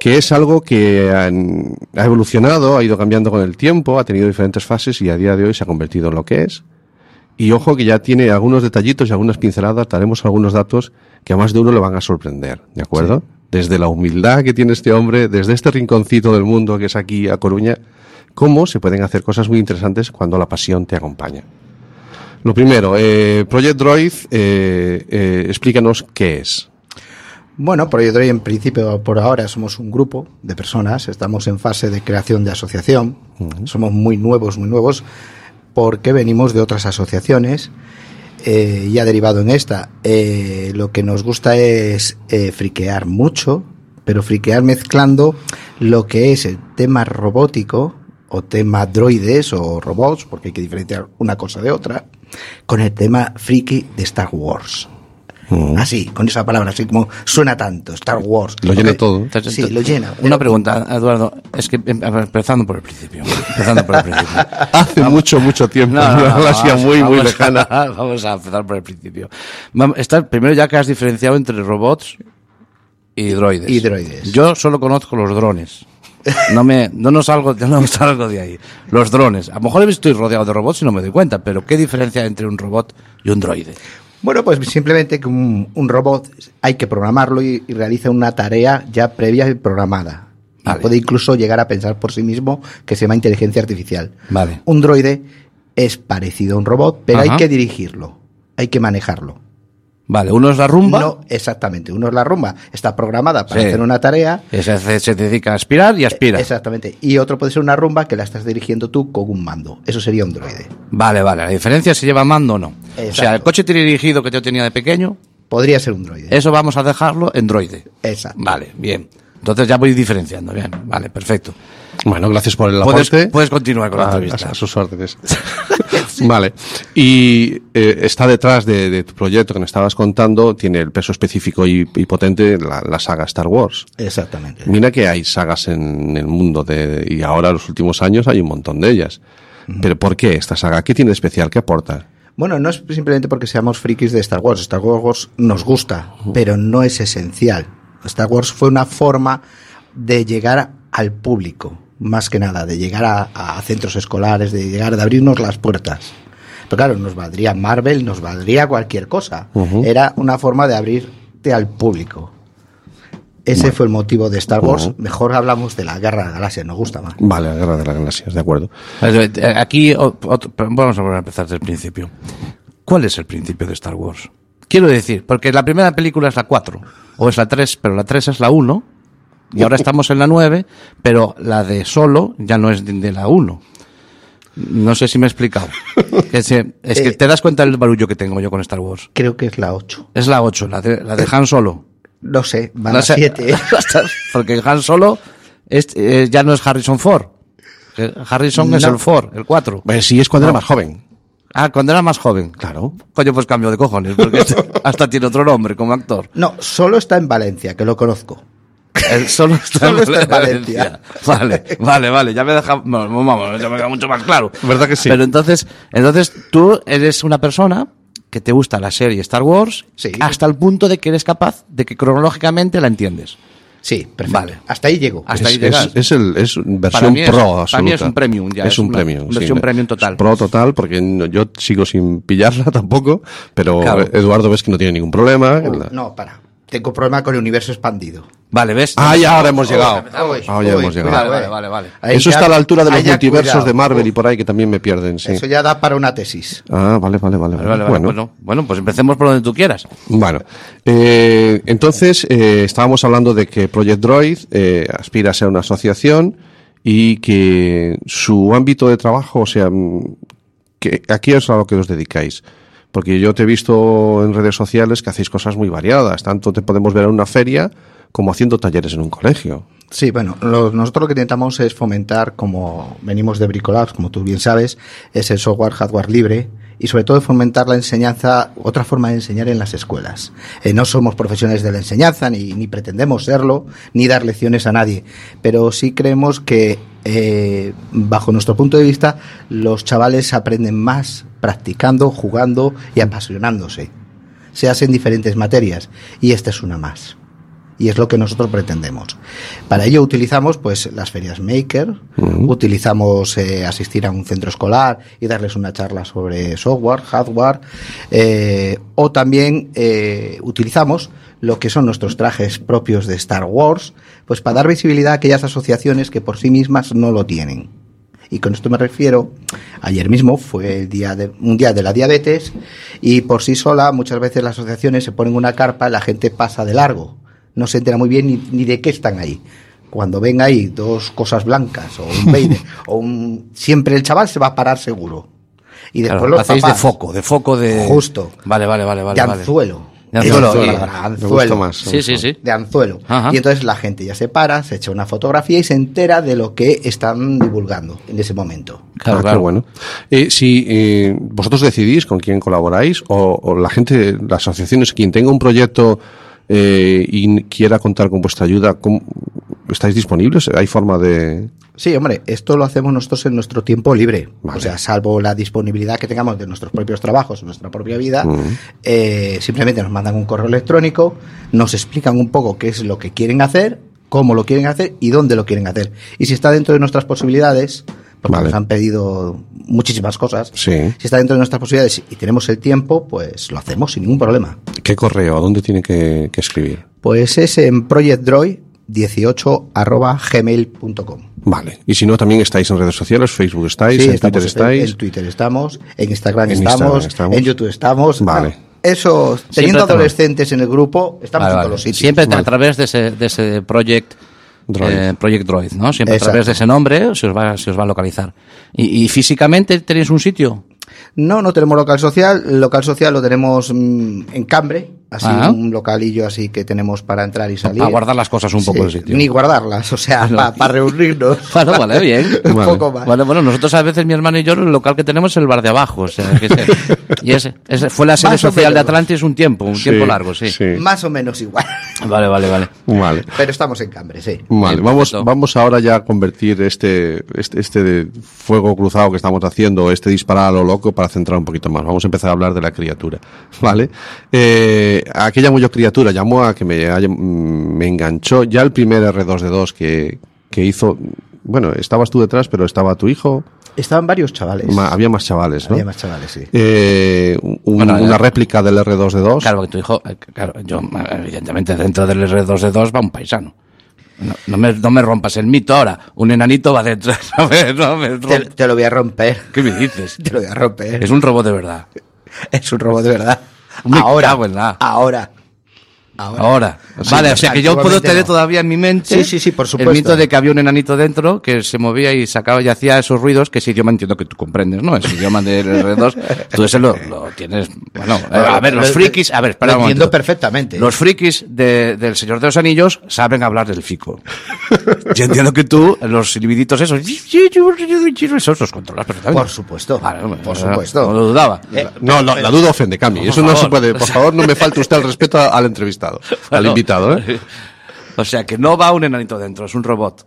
Que es algo que han- ha evolucionado, ha ido cambiando con el tiempo, ha tenido diferentes fases y a día de hoy se ha convertido en lo que es. Y ojo que ya tiene algunos detallitos y algunas pinceladas, daremos algunos datos que a más de uno le van a sorprender, ¿de acuerdo? Desde la humildad que tiene este hombre, desde este rinconcito del mundo que es aquí a Coruña, cómo se pueden hacer cosas muy interesantes cuando la pasión te acompaña. Lo primero, eh, Project Droid, eh, eh, explícanos qué es.
Bueno, Proyecto en principio por ahora somos un grupo de personas, estamos en fase de creación de asociación, somos muy nuevos, muy nuevos, porque venimos de otras asociaciones eh, y ha derivado en esta. Eh, lo que nos gusta es eh, friquear mucho, pero friquear mezclando lo que es el tema robótico o tema droides o robots, porque hay que diferenciar una cosa de otra, con el tema friki de Star Wars. Así, con esa palabra, así como suena tanto, Star Wars. Ok. Sí, lo llena.
Una pregunta, Eduardo. Es que em, a ver, empezando por el principio. Empezando por el principio.
Hace mucho, mucho tiempo, en una galaxia muy, muy
vamos a-
lejana.
vamos a empezar por el principio. Vamos, está- primero ya que has diferenciado entre robots y droides.
Y droides.
Yo solo conozco los drones. No me, no nos salgo, no me salgo de ahí. Los drones. A lo mejor estoy rodeado de robots y no me doy cuenta, pero ¿qué diferencia hay entre un robot y un droide?
Bueno, pues simplemente que un, un robot hay que programarlo y, y realiza una tarea ya previa y programada. Y Puede incluso llegar a pensar por sí mismo que se llama inteligencia artificial.
Vale.
Un droide es parecido a un robot, pero
Ajá.
hay que dirigirlo, hay que manejarlo.
Vale, uno es la rumba.
No, exactamente, uno es la rumba. Está programada para
Sí.
hacer una tarea
Ese se, se dedica a aspirar y aspira.
Exactamente. Y otro puede ser una rumba que la estás dirigiendo tú con un mando. Eso sería un droide.
Vale, vale. La diferencia es si lleva mando o no. O sea,
Exacto.
el coche dirigido que yo tenía de pequeño.
Podría ser un droide.
Eso vamos a dejarlo en droide.
Exacto.
Vale, bien. Entonces ya voy diferenciando. Bien, vale, perfecto.
Bueno, gracias por el
Puedes,
aporte.
puedes continuar con la
Ah,
entrevista.
A, a sus órdenes. Vale. Y eh, está detrás de, de tu proyecto que me estabas contando, tiene el peso específico y, y potente la, la saga Star Wars.
Exactamente.
Mira que hay sagas en el mundo de, y ahora en los últimos años hay un montón de ellas. Pero ¿por qué esta saga? ¿Qué tiene de especial? ¿Qué aporta?
Bueno, no es simplemente porque seamos frikis de Star Wars. Star Wars nos gusta, pero no es esencial. Star Wars fue una forma de llegar al público, más que nada, de llegar a, a centros escolares, de llegar, de abrirnos las puertas. Pero claro, nos valdría Marvel, nos valdría cualquier cosa.
Ujú.
Era una forma de abrirte al público. Ese fue el motivo de Star Wars.
Ujú.
Mejor hablamos de la Guerra de las Galaxias, nos gusta más.
Vale, la guerra de las galaxias, de acuerdo.
Eh, eh, Aquí o- otro- pero vamos a volver a empezar desde el principio. ¿Cuál es el principio de Star Wars? Quiero decir, porque la primera película es la 4, o es la 3, pero la 3 es la 1, y ahora estamos en la 9, pero la de solo ya no es de- de la 1. No sé si me he explicado. Que se- es que te das cuenta del barullo que tengo yo con Star Wars.
Eh, Creo que es la 8.
Es la 8, la de, la de Han Solo.
No sé, van
No
a ¿eh?
sé.
7.
Porque Han Solo es- eh, ya no es Harrison Ford. Eh, Harrison es
No.
el Ford, el 4.
Pues sí, es cuando
No.
era más joven.
Ah, cuando era más joven.
Claro.
Coño, pues cambio de cojones, porque este- hasta tiene otro nombre como actor.
No, solo está en Valencia, que lo conozco.
Él solo está,
Solo
este
está en Valencia.
Vale, vale, vale, ya me deja, bueno, vamos, ya me queda mucho más claro.
¿Verdad que sí?
Pero entonces, entonces tú eres una persona que te gusta la serie Star Wars hasta el punto de que eres capaz de que cronológicamente la entiendes.
Sí,
perfecto. Vale.
Hasta ahí llego.
Hasta ahí
es,
llegas.
es- es el, es
Para
versión
mí es-
pro absoluta.
para mí es un premium ya,
Es,
es
un
una
premium.
versión premium
total. Pro total, porque no- yo sigo sin pillarla tampoco, pero
Claro.
Eduardo ves que no tiene ningún problema. La-
No, para. Tengo problema con el universo expandido.
Vale, ¿ves?
Ah, ya ahora hemos llegado.
Uy,
Ah, ya
uy,
hemos llegado.
cuidado, eh. Ahí
Eso
ya-
está a la altura de los
ahí ya
multiversos
cuidado.
de Marvel y por ahí que también me pierden, sí.
Eso ya da para una tesis.
Ah, vale, vale,
Vale,
vale.
vale, vale,
bueno.
bueno. bueno, pues empecemos por donde tú quieras.
Bueno, eh, entonces eh, estábamos hablando de que Project Droid eh, aspira a ser una asociación y que su ámbito de trabajo, o sea, mm, que aquí es a lo que os dedicáis. Porque yo te he visto en redes sociales que hacéis cosas muy variadas. Tanto te podemos ver en una feria como haciendo talleres en un colegio.
Sí, bueno, lo- nosotros lo que intentamos es fomentar, como venimos de Bricolabs, como tú bien sabes, es el software, hardware libre y sobre todo fomentar la enseñanza, otra forma de enseñar en las escuelas. Eh, no somos profesionales de la enseñanza, ni, ni pretendemos serlo, ni dar lecciones a nadie, pero sí creemos que, eh, bajo nuestro punto de vista, los chavales aprenden más practicando, jugando y apasionándose. Se hacen diferentes materias y esta es una más y es lo que nosotros pretendemos. Para ello utilizamos pues las ferias maker, utilizamos eh, asistir a un centro escolar y darles una charla sobre software, hardware, eh, o también eh, utilizamos lo que son nuestros trajes propios de Star Wars, pues para dar visibilidad a aquellas asociaciones que por sí mismas no lo tienen. Y con esto me refiero, ayer mismo fue el día de, un día de la diabetes y por sí sola muchas veces las asociaciones se ponen una carpa y la gente pasa de largo no se entera muy bien ni, ni de qué están ahí. Cuando ven ahí dos cosas blancas o un peine o un... Siempre el chaval se va a parar seguro. Y después
Claro,
los
hacéis
papás,
de foco, de foco de.
Justo.
Vale, vale, vale. vale
de
vale.
anzuelo.
De
Eso
anzuelo.
es la
sí.
palabra, anzuelo.
Sí, sí, sí.
De anzuelo.
Ajá.
Y entonces la gente ya se para, se echa una fotografía y se entera de lo que están divulgando en ese momento.
Ah, qué bueno. Eh, si eh, vosotros decidís con quién colaboráis o, o la gente, las asociaciones, quien tenga un proyecto eh, y quiera contar con vuestra ayuda, ¿cómo- ¿estáis disponibles? ¿Hay forma de...?
Sí, hombre, esto lo hacemos nosotros en nuestro tiempo libre. O sea, salvo la disponibilidad que tengamos de nuestros propios trabajos, nuestra propia vida,
Mm.
Mm.
eh, simplemente nos mandan un correo electrónico, nos explican un poco qué es lo que quieren hacer, cómo lo quieren hacer y dónde lo quieren hacer. Y si está dentro de nuestras posibilidades, porque
Vale.
nos han pedido muchísimas cosas,
Sí.
si está dentro de nuestras posibilidades y tenemos el tiempo, pues lo hacemos sin ningún problema.
¿Qué correo? ¿A dónde tiene que, que escribir?
Pues es en projectdroid18@gmail.com.
Vale. Y si no, también estáis en redes sociales, Facebook estáis,
Sí,
en
estamos
Twitter estáis.
En, Twitter estamos, en Instagram,
En
estamos,
Instagram estamos.
en YouTube estamos.
Vale.
Eso, teniendo
estamos.
adolescentes en el grupo, estamos
Vale,
en
vale.
todos los sitios.
Siempre a través de ese, de ese Project
Droid.
Droid. Project Droid, ¿no? Siempre
Exacto.
a través de ese nombre se os va, se os va a localizar. Y, y físicamente tenéis un sitio.
No, no tenemos local social. El local social lo tenemos mm, en Cambre, así
Ah.
un localillo así que tenemos para entrar y salir.
Para guardar las cosas un poco
Sí,
el sitio.
Ni guardarlas, o sea,
No.
Ah, para reunirnos.
Bueno, vale, bien.
un
Vale.
poco más.
Vale, bueno, nosotros a veces, mi hermano y yo, el local que tenemos es el bar de abajo. o sea, que se- y ese, ese fue la sede
Más o
social de
menos.
Atlantis un tiempo, un
Sí,
tiempo largo, sí.
Más o menos igual,
Vale, vale, vale.
Vale.
pero estamos en Cambre, sí.
Vale, vamos, vamos ahora ya a convertir este, este, este de fuego cruzado que estamos haciendo, este disparar a lo loco, para centrar un poquito más. Vamos a empezar a hablar de la criatura. ¿Vale? Eh, ¿A qué llamo yo criatura? Llamo a que me, haya- mm, me enganchó ya el primer R2D2 que, que hizo. Bueno, estabas tú detrás, pero estaba tu hijo.
Estaban varios chavales.
Ma- había más chavales, ¿no?
Había más chavales, sí.
Eh, un-
Bueno,
una
eh,
réplica del R2D2.
Pues
Claro, porque tu hijo, eh, claro, yo, eh, evidentemente, dentro del R2D2 va un paisano. No, no me, no me rompas el mito ahora. Un enanito va dentro. No me- no me
Te,
rompas.
te lo voy a romper,
¿Qué me dices?
te lo voy a romper.
Es un robot de verdad.
Es un robot de verdad.
Me
ahora,
cago en la-
ahora.
Ahora.
Sí,
vale, o sea que yo puedo
antiguamente
tener
no.
todavía en mi mente.
Sí, sí, sí, por supuesto.
El mito de que había un enanito dentro que se movía y sacaba y hacía esos ruidos que ese idioma entiendo que tú comprendes, ¿no? Ese idioma del R2. Tú ese lo, lo tienes. Bueno, eh, Oh, a ver, los
Lo-
frikis. A ver, espera
Lo
un
entiendo
momento.
perfectamente.
Los frikis de- del Señor de los Anillos saben hablar del fico. Yo entiendo que tú, los silbiditos esos, esos los controlas perfectamente.
Por supuesto. por
No
supuesto.
lo dudaba.
Eh,
No, la, la duda ofende, Cami.
Por
Eso no se
favor.
puede. Por favor, no me falte usted el respeto al entrevistado, al
Bueno.
invitado. ¿eh?
O sea, que no va un enanito dentro, es un robot.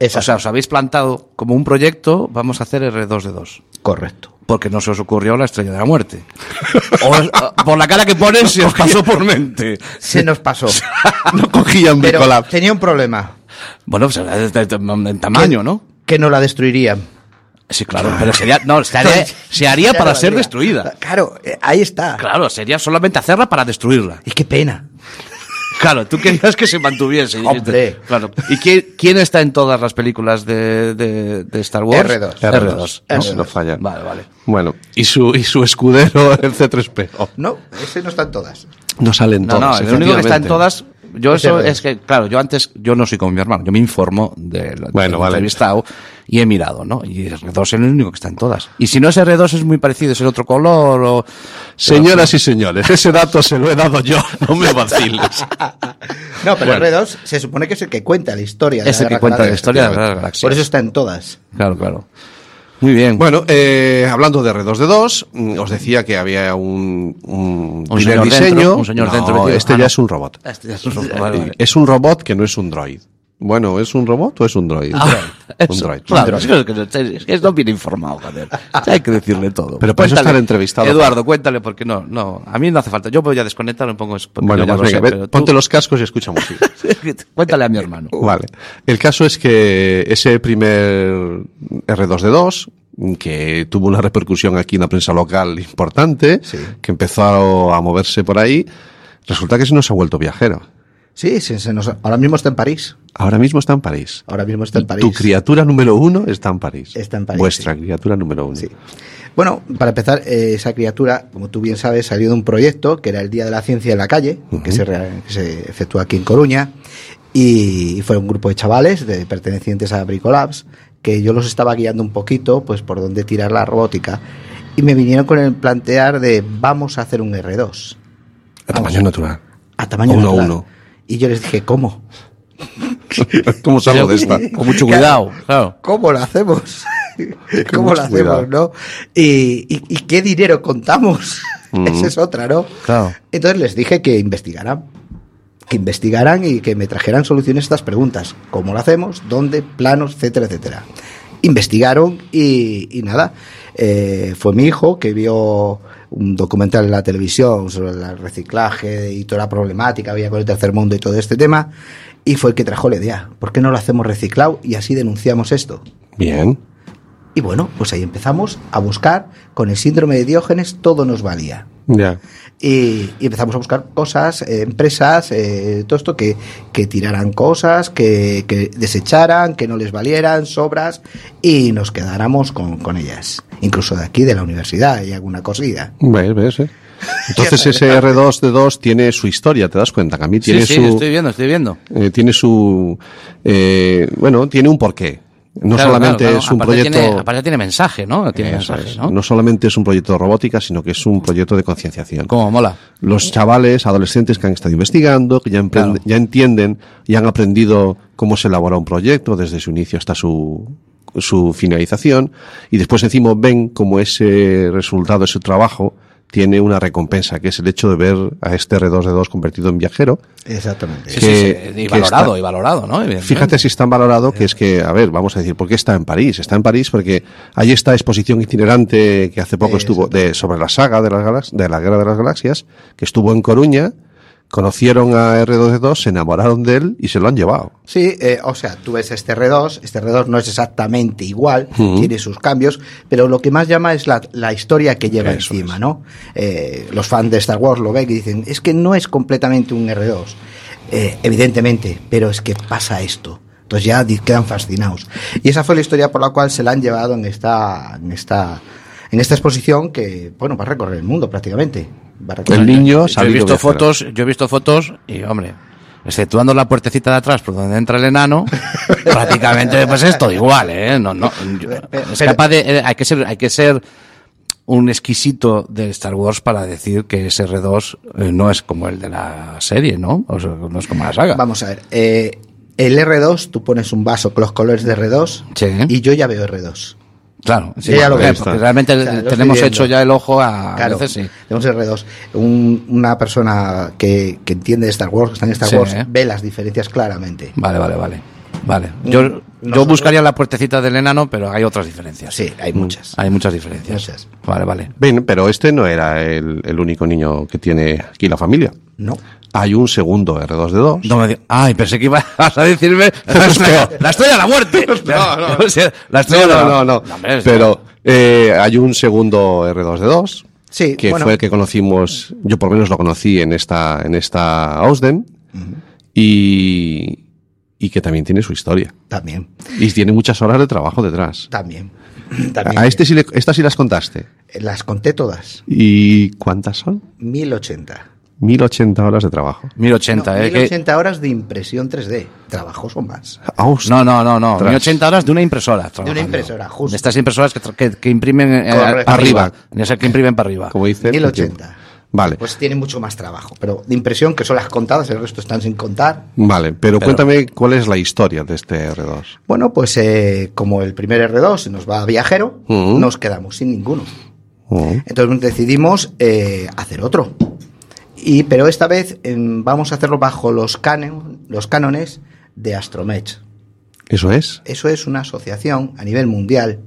O sea, os habéis plantado como un proyecto, vamos a hacer R2D2.
Correcto.
Porque no se os ocurrió la estrella de la muerte. O- por la cara que pones, se os pasó por mente.
Se nos pasó.
No cogían
Pero tenía un problema.
Bueno, pues era de- de- de- en tamaño, ¿no?
Que no la destruirían.
Sí, claro, pero sería. No, se haría, se haría
Ya
para
la
ser
haría.
destruida.
Claro, eh, ahí está.
Claro, sería solamente hacerla para destruirla.
Y qué pena.
Claro, tú querías que se mantuviese.
Hombre.
Claro. ¿Y quién, quién está en todas las películas de, de- de Star Wars?
R2.
R2.
No,
R2.
no falla.
Vale, vale.
Bueno, y su, y su escudero, el C3PO.
No, ese no está en todas.
No salen
No, no,
todas.
el único que está en
efectivamente.
todas yo
Ese
eso
error.
es que, claro, yo antes, yo no soy como mi hermano, yo me informo del
Bueno,
del
vale.
entrevistado y he mirado, ¿no? Y R2 es el único que está en todas. Y si no es R2 es muy parecido, es el otro color o...
Señoras y señores, ese dato se lo he dado yo, no me vaciles.
No, pero
Bueno.
R2 se supone que es el que cuenta la historia. de
Es el que
Guerra
cuenta la
Galáctica,
historia de la Guerra
efectivamente.
Galaxias.
Por eso está en todas.
Claro, claro. Muy bien.
Bueno, eh, hablando de R2D2, mm, os decía que había un, un,
Un
primer
señor
diseño.
dentro, un señor
No,
dentro metido.
este
Ah,
ya
no.
es un robot.
Este ya es un robot, vale, vale.
Es un robot que no es un droid. Bueno, ¿es un robot o es un droid?
Ah,
un
eso,
droid.
claro,
Un droid.
es que- es que- es que no viene informado, joder. Hay que decirle todo.
Pero para eso
Cuéntale,
está el entrevistado.
Eduardo, cuéntale, porque no, no. A mí no hace falta. Yo voy a desconectar un poco. porque
Bueno,
yo ya
pues
lo
venga,
sé,
ve-
pero tú-
ponte los cascos y escucha música.
Cuéntale a mi hermano.
Vale. El caso es que ese primer R2D2, que tuvo una repercusión aquí en la prensa local importante, que empezó a moverse por ahí, resulta que se nos ha vuelto viajero.
Sí, sí, se nos- ahora mismo está en París.
Ahora mismo está en París.
Ahora mismo está en París.
Tu criatura número uno está en París.
Está en París,
Vuestra criatura número uno.
Bueno, para empezar, eh, esa criatura, como tú bien sabes, salió de un proyecto que era el Día de la Ciencia en la Calle, que, se rea- que se efectúa aquí en Coruña, y, fue un grupo de chavales de, pertenecientes a Bricolabs, que yo los estaba guiando un poquito pues por dónde tirar la robótica, y me vinieron con el plantear de vamos a hacer un R2
A tamaño natural.
a tamaño
Uno a
natural.
uno.
Y yo les dije, ¿cómo?
¿Cómo salgo de esta?
Con mucho cuidado, claro.
¿Cómo lo hacemos? ¿Cómo
mucho
lo hacemos,
cuidado.
no? ¿Y, y, y qué dinero contamos?
Mm.
Esa es otra, ¿no?
Claro.
Entonces les dije que investigaran. Que investigaran y que me trajeran soluciones a estas preguntas. ¿Cómo lo hacemos? ¿Dónde? ¿Planos? Etcétera, etcétera. Investigaron y, y nada. Eh, fue mi hijo que vio un documental en la televisión sobre el reciclaje y toda la problemática que había con el tercer mundo y todo este tema. Y fue el que trajo la idea. ¿Por qué no lo hacemos reciclado y así denunciamos esto?
Bien.
Y bueno, pues ahí empezamos a buscar con el síndrome de Diógenes todo nos valía
Ya.
y, y empezamos a buscar cosas, eh, empresas, eh, todo esto que, que tiraran cosas, que, que desecharan, que no les valieran, sobras, y nos quedáramos con, con ellas. Incluso de aquí, de la universidad, hay alguna cosilla.
¿Ves? ¿Ves? eh? Entonces ese R2D2 tiene su historia, ¿te das cuenta? Que a mí
Sí,
tiene
sí,
su...
estoy viendo, estoy viendo.
Eh, tiene su eh, bueno tiene un porqué no
Claro,
solamente
claro, claro.
es un
Aparte
proyecto
Tiene, aparte tiene mensaje, ¿no? Tiene
Eso
mensaje,
es.
¿no?
¿no? solamente es un proyecto de robótica sino que es un proyecto de concienciación
como mola
los chavales adolescentes que han estado investigando que ya, emprend-
Claro.
ya entienden y han aprendido cómo se elabora un proyecto desde su inicio hasta su su finalización y después encima ven cómo ese resultado ese trabajo tiene una recompensa que es el hecho de ver a este R2D2 convertido en viajero
Exactamente.
Sí,
que-
sí, sí, y
que
valorado,
está-
y valorado, ¿no? Evidentemente.
Fíjate si es tan valorado que es que, a ver, vamos a decir, ¿por qué está en París? Está en París porque hay esta exposición itinerante que hace poco estuvo de, sobre la saga de, las galax- de la Guerra de las Galaxias, que estuvo en Coruña, conocieron a R2D2, se enamoraron de él y se lo han llevado.
Sí, eh, o sea, tú ves este R2, este R2 no es exactamente igual,
Ujú.
tiene sus cambios, pero lo que más llama es la, la historia que lleva
Eso
encima, ¿no? Eh, los fans de Star Wars lo ven y dicen, es que no es completamente un R2, Eh, evidentemente, pero es que pasa esto. Entonces ya di- quedan fascinados. Y esa fue la historia por la cual se la han llevado en esta, en esta, en esta exposición que, bueno, va a recorrer el mundo prácticamente. Va a recorrer-
yo he visto fotos, yo he visto fotos y hombre, exceptuando la puertecita de atrás por donde entra el enano, prácticamente pues esto igual, eh, no no yo- es
pero-
capaz de eh, hay que ser hay que ser un exquisito de Star Wars para decir que ese R2 eh, no es como el de la serie, ¿no? O sea, no es como la saga.
Vamos a ver. eh, el R2, tú pones un vaso con los colores de R2 y yo ya veo R2.
Claro, sí,
Yo ya lo
porque-
veo.
porque realmente
O sea, lo estoy
tenemos
viendo.
hecho ya el ojo a, a
Claro,
veces sí.
tenemos R2. Un- una persona que, que entiende de Star Wars, que está en Star
Sí,
Wars,
¿eh?
ve las diferencias claramente. Mm,
Vale, vale, vale. Vale. Yo, yo
Nosotros-
buscaría la puertecita del enano, pero hay otras diferencias. Mm,
Sí, hay muchas.
Hay muchas diferencias.
Muchas.
Vale, vale.
Ven, pero este no era el, el único niño que tiene aquí la familia.
No.
Hay un segundo R2D2.
No me digas. Ay, pensé que ibas a decirme la estrella, la estrella de la muerte. No, no. la estrella de la
no, no, no.
hombre, es-
Pero eh, hay un segundo R2D2.
Sí,
que
bueno.
fue el que conocimos, yo por lo menos lo conocí en esta, en esta Ausden, y, y que también tiene su historia.
También,
Y tiene muchas horas de trabajo detrás.
también.
A este sí le, estas sí las contaste.
Las conté todas.
¿Y cuántas son?
1080.
1080 horas de trabajo.
1080, ¿eh? que-
1080 horas de impresión 3D. Trabajos o más.
No, no, no, no.
Tras.
1080 horas Ah, de una impresora.
De
trabajando.
una impresora,
De
justo.
estas impresoras que, tra- que, que imprimen eh,
Correcto.
para arriba.
Arriba.
O sea, que imprimen para arriba.
Como dice.
1080.
Vale,
Pues tiene mucho más trabajo. Pero de impresión, que son las contadas, el resto están sin contar.
vale.
Pero-
Pero, cuéntame cuál es la historia de este R2.
Bueno, pues eh, como el primer R2 se nos va a viajero,
Mm.
nos quedamos sin ninguno.
Mm.
Entonces decidimos eh, hacer otro. Y, pero esta vez em, vamos a hacerlo bajo los, canon- los cánones de Astromech.
Eso es.
Eso es una asociación a nivel mundial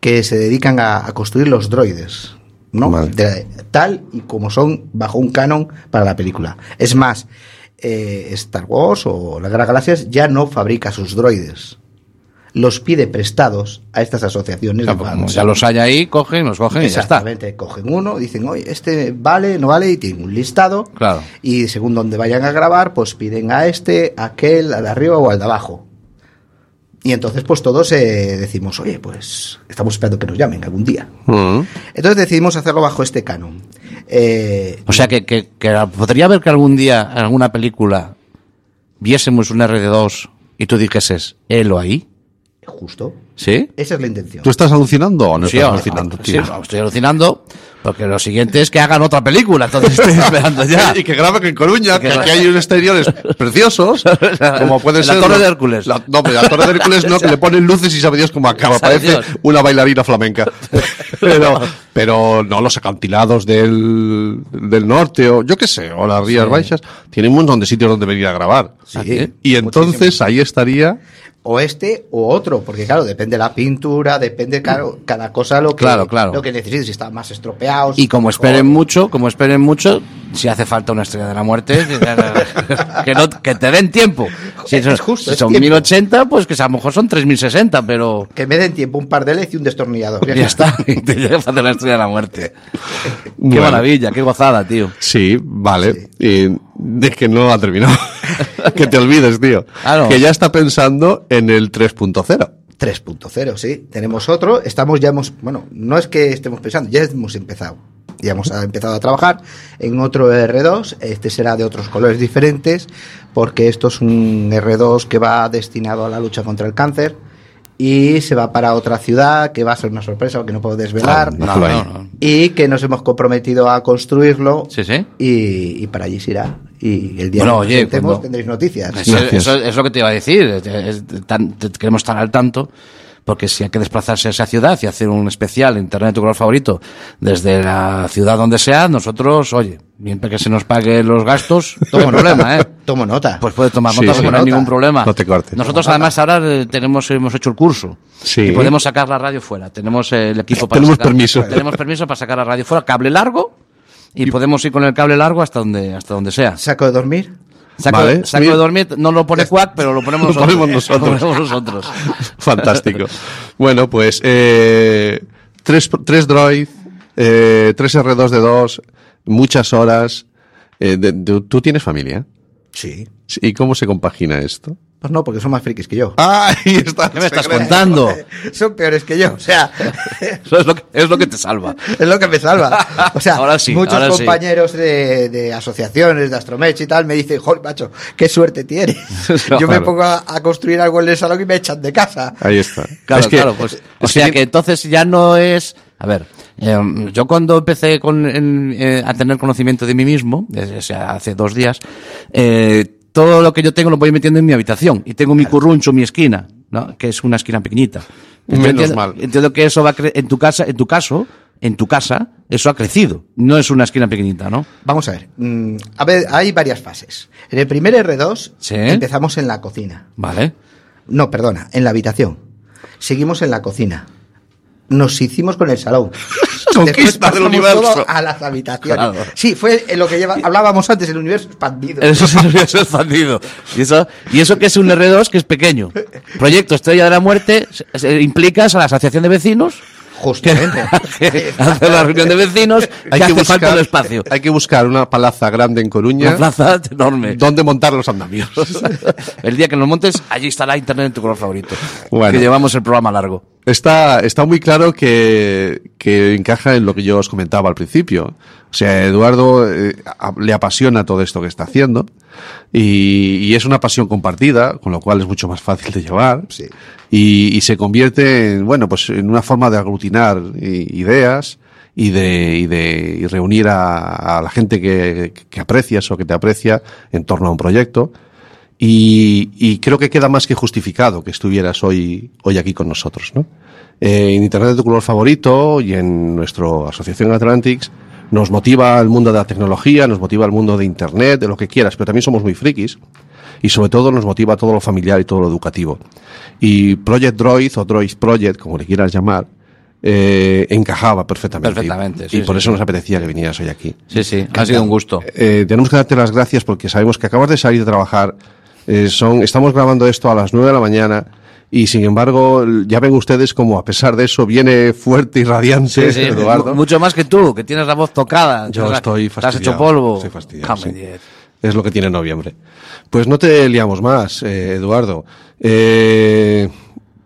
que se dedican a, a construir los droides, ¿no? De- tal y como son bajo un canon para la película. Es más, eh, Star Wars o la Guerra de Galaxias ya no fabrica sus droides. Los pide prestados a estas asociaciones
O sea,
de fans.
pues como ya los hay ahí, cogen, los cogen y ya está.
Exactamente, cogen uno, dicen, oye, este vale, no vale, y tienen un listado.
Claro.
Y según donde vayan a grabar, pues piden a este, a aquel, al de arriba o al de abajo. Y entonces, pues todos eh, decimos, oye, pues estamos esperando que nos llamen algún día.
Mm.
Entonces decidimos hacerlo bajo este canon. Eh,
O sea, que, que- que podría haber que algún día, en alguna película, viésemos un R2 y tú dijeses, helo ahí.
Justo.
¿Sí?
esa es la intención.
¿Tú estás alucinando o no
Sí,
estás
ahora-
alucinando,
sí,
tío?
no, estoy alucinando porque lo siguiente es que hagan otra película, entonces estoy esperando ya.
Y que graben en Coruña, que aquí hay unos exteriores preciosos, como puede
La
ser...
Torre
lo-
de Hércules.
la- no, pero la Torre de Hércules no, que le ponen luces y sabe Dios cómo acaba.
Sabe
Parece
Dios.
una bailarina flamenca. Pero, pero no, los acantilados del, del norte, o yo qué sé, o las Rías
Sí.
Baixas, tienen un montón de sitios donde venir a grabar. Ah, ¿eh? Y entonces ahí estaría...
O este o otro, porque claro, depende la pintura, depende claro, cada cosa lo que,
Claro, claro.
Lo que necesites, si está más estropeado. si
Y como
mejor.
esperen mucho, como esperen mucho, si hace falta una estrella de la muerte, que- que, no- que te den tiempo. Si son,
justo,
si
es
son
tiempo.
1080, pues que a lo mejor son 3060, pero
Que me den tiempo, un par de leds y un destornillador.
ya está, y te llega a hacer la estrella de la muerte. Qué
Bueno.
maravilla, qué gozada, tío.
Sí, vale. Y es que no ha terminado. que te olvides, tío.
Ah,
Claro.
Que ya está pensando en el 3.0.
3.0, sí. Tenemos otro, estamos ya hemos, bueno, no es que estemos pensando, ya hemos empezado. Ya hemos ah, empezado a trabajar en otro R2, este será de otros colores diferentes, porque esto es un R2 que va destinado a la lucha contra el cáncer y se va para otra ciudad que va a ser una sorpresa que no puedo desvelar
Ah, No, no, no.
y que nos hemos comprometido a construirlo
Sí, sí.
y, y para allí se irá. Y el día
Bueno,
que nos
oye,
presentemos
cuando-
tendréis noticias.
Eso, eso es lo que te iba a decir. es- es tan- te- queremos estar al tanto. Porque si hay que desplazarse a esa ciudad y hacer un especial en Internet de tu color favorito desde la ciudad donde sea, nosotros, oye, siempre que se nos pague los gastos, tomo problema, ¿eh?
Tomo nota.
Pues puedes tomar
Sí,
nota
sí.
porque no hay
Nota.
ningún problema.
No te cortes.
Nosotros
Tomo
además ahora eh, tenemos, hemos hecho el curso.
Sí.
Y podemos sacar la radio fuera. Tenemos eh, el equipo para
Tenemos
sacar-
permiso.
Tenemos permiso para sacar la radio fuera. Cable largo. Y, podemos ir con el cable largo hasta donde, hasta donde sea.
¿Saco de dormir?
Saco,
Vale,
saco
bien.
de dormir, no lo pone Quack, pero lo ponemos
Lo
nosotros.
ponemos nosotros.
Lo ponemos nosotros.
Fantástico. bueno, pues eh, tres, tres droid, eh, tres R2 de 2, muchas horas. Eh, de- de- ¿Tú tienes familia?
Sí.
¿Y cómo se compagina esto?
Pues no, porque son más frikis que yo.
Ah,
Ahí está.
¿Qué me estás contando?
Son peores que yo, o sea,
Eso es lo que, es lo que te salva.
es lo que me salva. O sea,
Ahora sí,
muchos
ahora sí.
compañeros de, de asociaciones, de Astromech y tal, me dicen, joder, macho, qué suerte tienes. Yo me
Claro.
pongo a, a construir algo en el salón y me echan de casa.
Ahí está.
Claro,
Es que-
claro. Pues, o sea que entonces ya no es. A ver, eh, yo cuando empecé con, en, eh, a tener conocimiento de mí mismo, desde, o sea, hace dos días, eh, todo lo que yo tengo lo voy metiendo en mi habitación. Y tengo mi curruncho, mi esquina, ¿no? que es una esquina pequeñita.
Menos
entiendo,
mal.
Entiendo que eso va a cre- en tu casa, en tu caso, en tu casa, eso ha crecido. No es una esquina pequeñita, ¿no?
Vamos a ver. Mm, a ver, hay varias fases. En el primer R2
Sí.
empezamos en la cocina.
Vale.
No, perdona, en la habitación. Seguimos en la cocina. Nos hicimos con el salón. Después
Conquista del
pasamos
universo.
todo a las habitaciones.
Claro.
Sí, fue en lo que lleva- hablábamos antes, el universo expandido.
Eso es un universo expandido. Y eso, y eso que es un R2 que es pequeño. Proyecto Estrella de la Muerte se- se- implicas a la Asociación de Vecinos
Justamente.
Hacer la reunión de vecinos, hay que buscar falta un espacio.
Hay que buscar una palaza grande en Coruña.
Una plaza enorme.
Donde montar los andamios.
El día que nos montes, allí estará internet en tu color favorito.
Bueno.
Que llevamos el programa largo.
Está, está muy claro que, que encaja en lo que yo os comentaba al principio. O sea, Eduardo eh, a- le apasiona todo esto que está haciendo y, y es una pasión compartida, con lo cual es mucho más fácil de llevar. Y, y se convierte en, bueno, pues en una forma de aglutinar i- ideas y de, y de y reunir a, a la gente que, que aprecias o que te aprecia en torno a un proyecto. Y, y creo que queda más que justificado que estuvieras hoy, hoy aquí con nosotros, ¿no? Eh, en Internet de tu color favorito y en nuestra asociación Atlantics nos motiva el mundo de la tecnología, nos motiva el mundo de Internet, de lo que quieras, pero también somos muy frikis y sobre todo nos motiva todo lo familiar y todo lo educativo. Y Project Droid o Droid Project, como le quieras llamar, eh, encajaba perfectamente.
Perfectamente,
Y,
sí,
y por
sí,
eso
sí.
nos apetecía que vinieras hoy aquí.
Sí, sí, ha sido un gusto.
Eh, tenemos que darte las gracias porque sabemos que acabas de salir de trabajar. Eh, son, estamos grabando esto a las 9 de la mañana y sin embargo ya ven ustedes como a pesar de eso viene fuerte y radiante
Sí, sí,
Eduardo.
mu- Mucho más que tú, que tienes la voz tocada.
Yo
Te has-
estoy
Te has
fastidiado.
hecho polvo.
Estoy fastidiado,
Come
sí.
here.
Es lo que tiene noviembre. Pues no te liamos más, eh, Eduardo. Eh,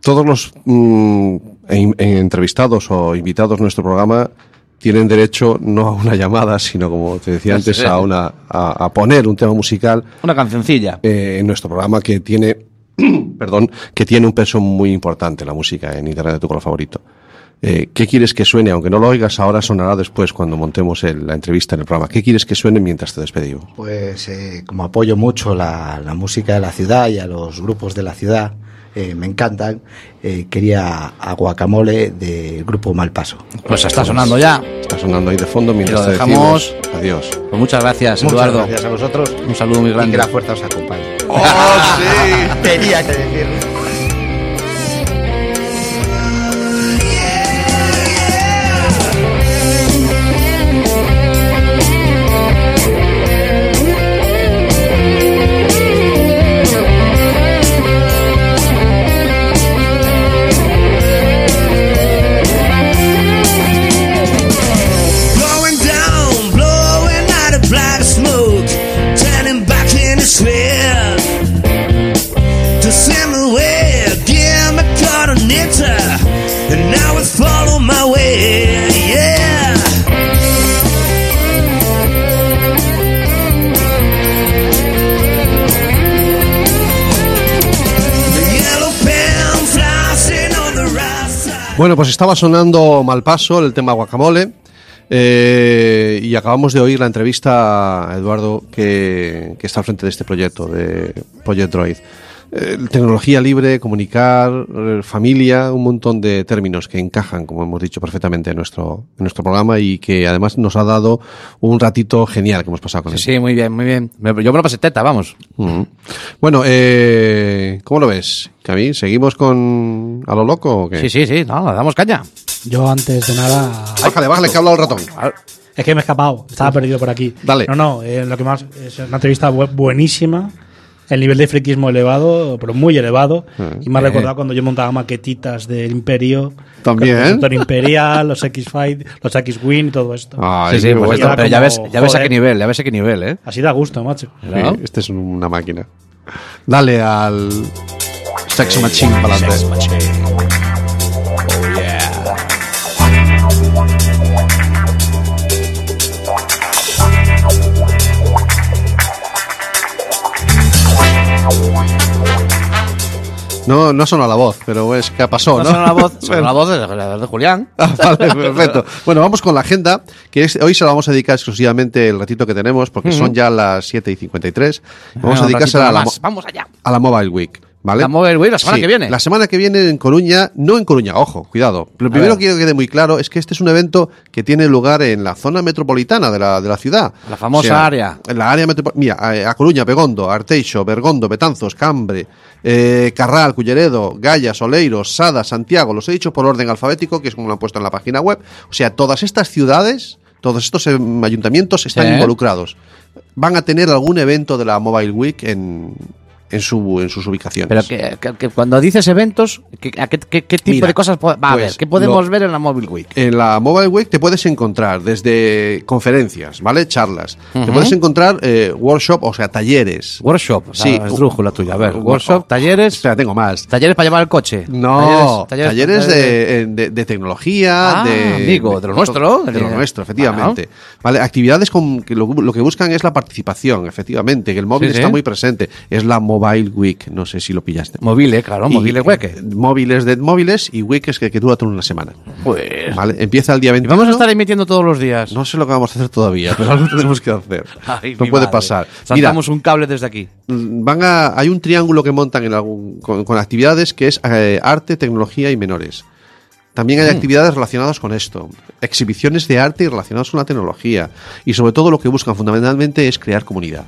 todos los mm, en- en- entrevistados o invitados a nuestro programa tienen derecho no a una llamada, sino como te decía
Sí,
antes,
sí.
a, una, a, a poner un tema musical
Una cancioncilla.
eh, en nuestro programa que tiene, perdón, que tiene un peso muy importante la música en Internet de tu color favorito. Eh, ¿Qué quieres que suene? Aunque no lo oigas ahora, sonará después cuando montemos el- la entrevista en el programa. ¿Qué quieres que suene mientras te despedimos?
Pues eh, como apoyo mucho la, la música de la ciudad y a los grupos de la ciudad, eh, me encantan, eh, quería a Guacamole del grupo Malpaso.
Pues está sonando ya.
Está sonando ahí de fondo mientras
Y
te
lo dejamos.
decimos adiós.
Pues muchas gracias,
Muchas
Eduardo.
gracias a vosotros.
Un saludo muy
Y
grande.
que la fuerza os acompañe.
¡Oh,
Tenía que decir.
Blowing down, blowing out a black smoke, turning back in the sphere. To send me away, give me coordinator, and now I follow my way. Yeah. The yellow pen flashing on the right side.
Bueno, pues estaba sonando Malpaso el tema guacamole. eh, y acabamos de oír la entrevista a Eduardo que, que está al frente de este proyecto, de Project Droid. Eh, tecnología libre, comunicar, eh, familia, un montón de términos que encajan, como hemos dicho perfectamente, en nuestro, en nuestro programa y que además nos ha dado un ratito genial que hemos pasado con él.
Sí, muy bien, muy bien. Me- Yo me lo pasé teta, vamos.
Mm. Bueno, eh, ¿cómo lo ves, Cami? ¿Seguimos con a lo loco o qué?
Sí, sí, sí, no, le damos caña.
Yo antes de nada.
Bájale, bájale, que ha hablado el ratón.
Es que me he escapado, estaba perdido por aquí.
Dale.
No, no, eh, lo que más. Es una entrevista bu- buenísima. El nivel de friquismo elevado, pero muy elevado.
Mm,
Y me ha
Eh.
recordado cuando yo montaba maquetitas del Imperio.
También.
Con el Doctor Imperial, los X-Fight, los X-Win y todo esto.
Ay,
sí, sí,
qué
pues
bueno.
esto- pero ya ves, ya ves a
joder.
qué nivel, ya ves a qué nivel, ¿eh?
Así da gusto, macho.
¿Verdad?
Sí, este es una máquina. Dale al Sex Machine para adelante. No, no sonó la voz, pero es que pasó, ¿no?
No sonó la voz, sonó la voz de, la voz de Julián.
Ah, vale, perfecto. Bueno, vamos con la agenda, que es- hoy se la vamos a dedicar exclusivamente el ratito que tenemos, porque
Ujú.
son ya las 7 y 53. Vamos
Ah,
a
un ratito
dedicársela a la,
más.
mo-
Vamos allá.
a la Mobile Week. ¿Vale?
La Mobile Week la semana
Sí,
que viene.
La semana que viene en Coruña, no en Coruña, ojo, cuidado. Lo
ver.
primero que quiero que quede muy claro es que este es un evento que tiene lugar en la zona metropolitana de la, de la ciudad.
La famosa área.
En la área metropolitana. Mira, a, a Coruña, Begondo, Arteixo, Bergondo, Betanzos, Cambre, eh, Carral, Culleredo, Gallas, Oleiros, Sada, Santiago, los he dicho por orden alfabético, que es como lo han puesto en la página web. O sea, todas estas ciudades, todos estos em, ayuntamientos están
Sí.
involucrados. Van a tener algún evento de la Mobile Week en, en, su, en sus ubicaciones.
Pero que, que- que cuando dices eventos, que- a ¿qué, qué- qué tipo
Mira,
de cosas po- va a
pues,
haber? ¿Qué podemos
lo-
ver en la Mobile Week?
En la Mobile Week te puedes encontrar desde conferencias, ¿vale? Charlas. Te
Ujú.
puedes encontrar eh, workshop, o sea, talleres.
Workshop, o sea,
sí.
es drújula tuya. A ver, workshop, talleres.
O sea, tengo más.
¿Talleres para llevar el coche?
No, Oh, talleres,
talleres-
de, eh, de- de tecnología,
Ah,
de,
amigo, de lo nuestro.
de lo
Eh,
nuestro, efectivamente. Vale, actividades con que lo, lo que buscan es la participación, efectivamente, que el móvil
Sí,
está
sí.
muy presente. Es la Mobile Week, no sé si lo pillaste.
Mobile, claro, mobile
hueque. Móviles de móviles y week es que, que dura toda una semana.
Pues.
Vale, empieza el día 21.
Vamos a estar emitiendo todos los días.
No sé lo que vamos a hacer todavía, pero algo tenemos que hacer.
Ay,
no
mi
puede
madre.
pasar. Mira,
Saltamos un cable desde aquí.
mm, van a, hay un triángulo que montan en algún- con, con actividades que es eh, arte, tecnología y menores. También hay
Mm.
actividades relacionadas con esto, exhibiciones de arte y relacionadas con la tecnología. Y sobre todo lo que buscan fundamentalmente es crear comunidad.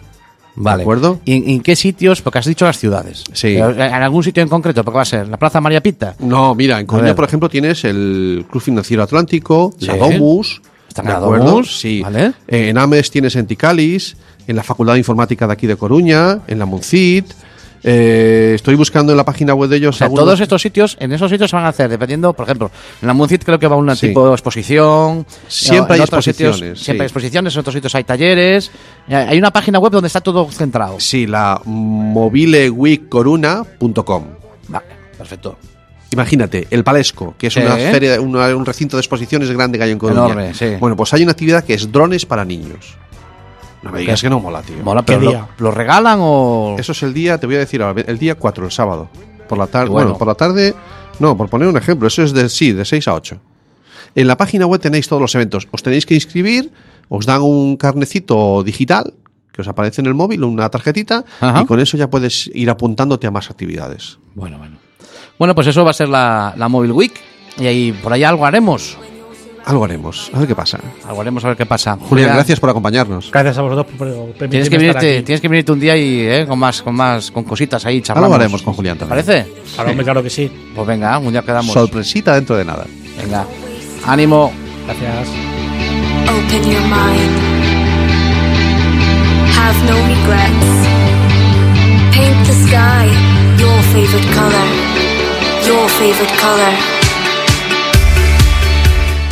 Vale.
¿De acuerdo?
¿Y en, en qué sitios? Porque has dicho las ciudades.
Sí.
Pero, eh, ¿En algún sitio en concreto? ¿Por qué va a ser? ¿La Plaza María Pita?
No, mira, en Coruña,
ver.
por ejemplo, tienes el Club Financiero Atlántico,
Sí.
la Domus.
Está en
¿de
la
acuerdo?
Domus,
Sí. Eh, En Ames tienes Enticalis, en la Facultad de Informática de aquí de Coruña, en la Muncit. Eh, estoy buscando en la página web de ellos.
O sea,
algunos-
todos estos sitios, en esos sitios se van a hacer, dependiendo, por ejemplo, en la Muncit creo que va una
Sí.
tipo de exposición.
Siempre
en
hay
otros
exposiciones,
sitios-
sí.
siempre hay exposiciones, en otros sitios hay talleres. Eh, Hay una página web donde está todo centrado.
Sí, la mobileweekcoruna.com.
Vale, perfecto.
Imagínate, el Palesco, que es una
Sí.
feria, una- un recinto de exposiciones grande que hay en Coruña.
Enorme, sí.
Bueno, pues hay una actividad que es drones para niños. No me digas que no mola, tío.
Mola, pero lo, lo regalan o...?
Eso es el día, te voy a decir ahora, el día 4, el sábado. Por la tarde.
Qué
Bueno.
bueno.
por la tarde. No, por poner un ejemplo, eso es de sí, de 6 a 8. En la página web tenéis todos los eventos. Os tenéis que inscribir, os dan un carnecito digital que os aparece en el móvil, una tarjetita,
Ajá.
y con eso ya puedes ir apuntándote a más actividades.
Bueno, bueno. Bueno, pues eso va a ser la, la Mobile Week. Y ahí, por ahí algo haremos.
Algo haremos, a ver qué pasa.
Algo haremos a ver qué pasa.
Julián,
Julián,
gracias por acompañarnos.
Gracias a vosotros por permitirme
Tienes que,
estar
venirte,
aquí.
tienes que venirte un día y eh, con más, con más, con cositas ahí charlamos.
Algo haremos con Julián
¿Te
también.
parece?
Claro, hombre, claro que sí.
Pues venga, un día quedamos.
Sorpresita dentro de nada.
Venga. Ánimo.
Gracias.
Open your mind. Have no regrets. Paint the sky your favorite color. Your favorite color.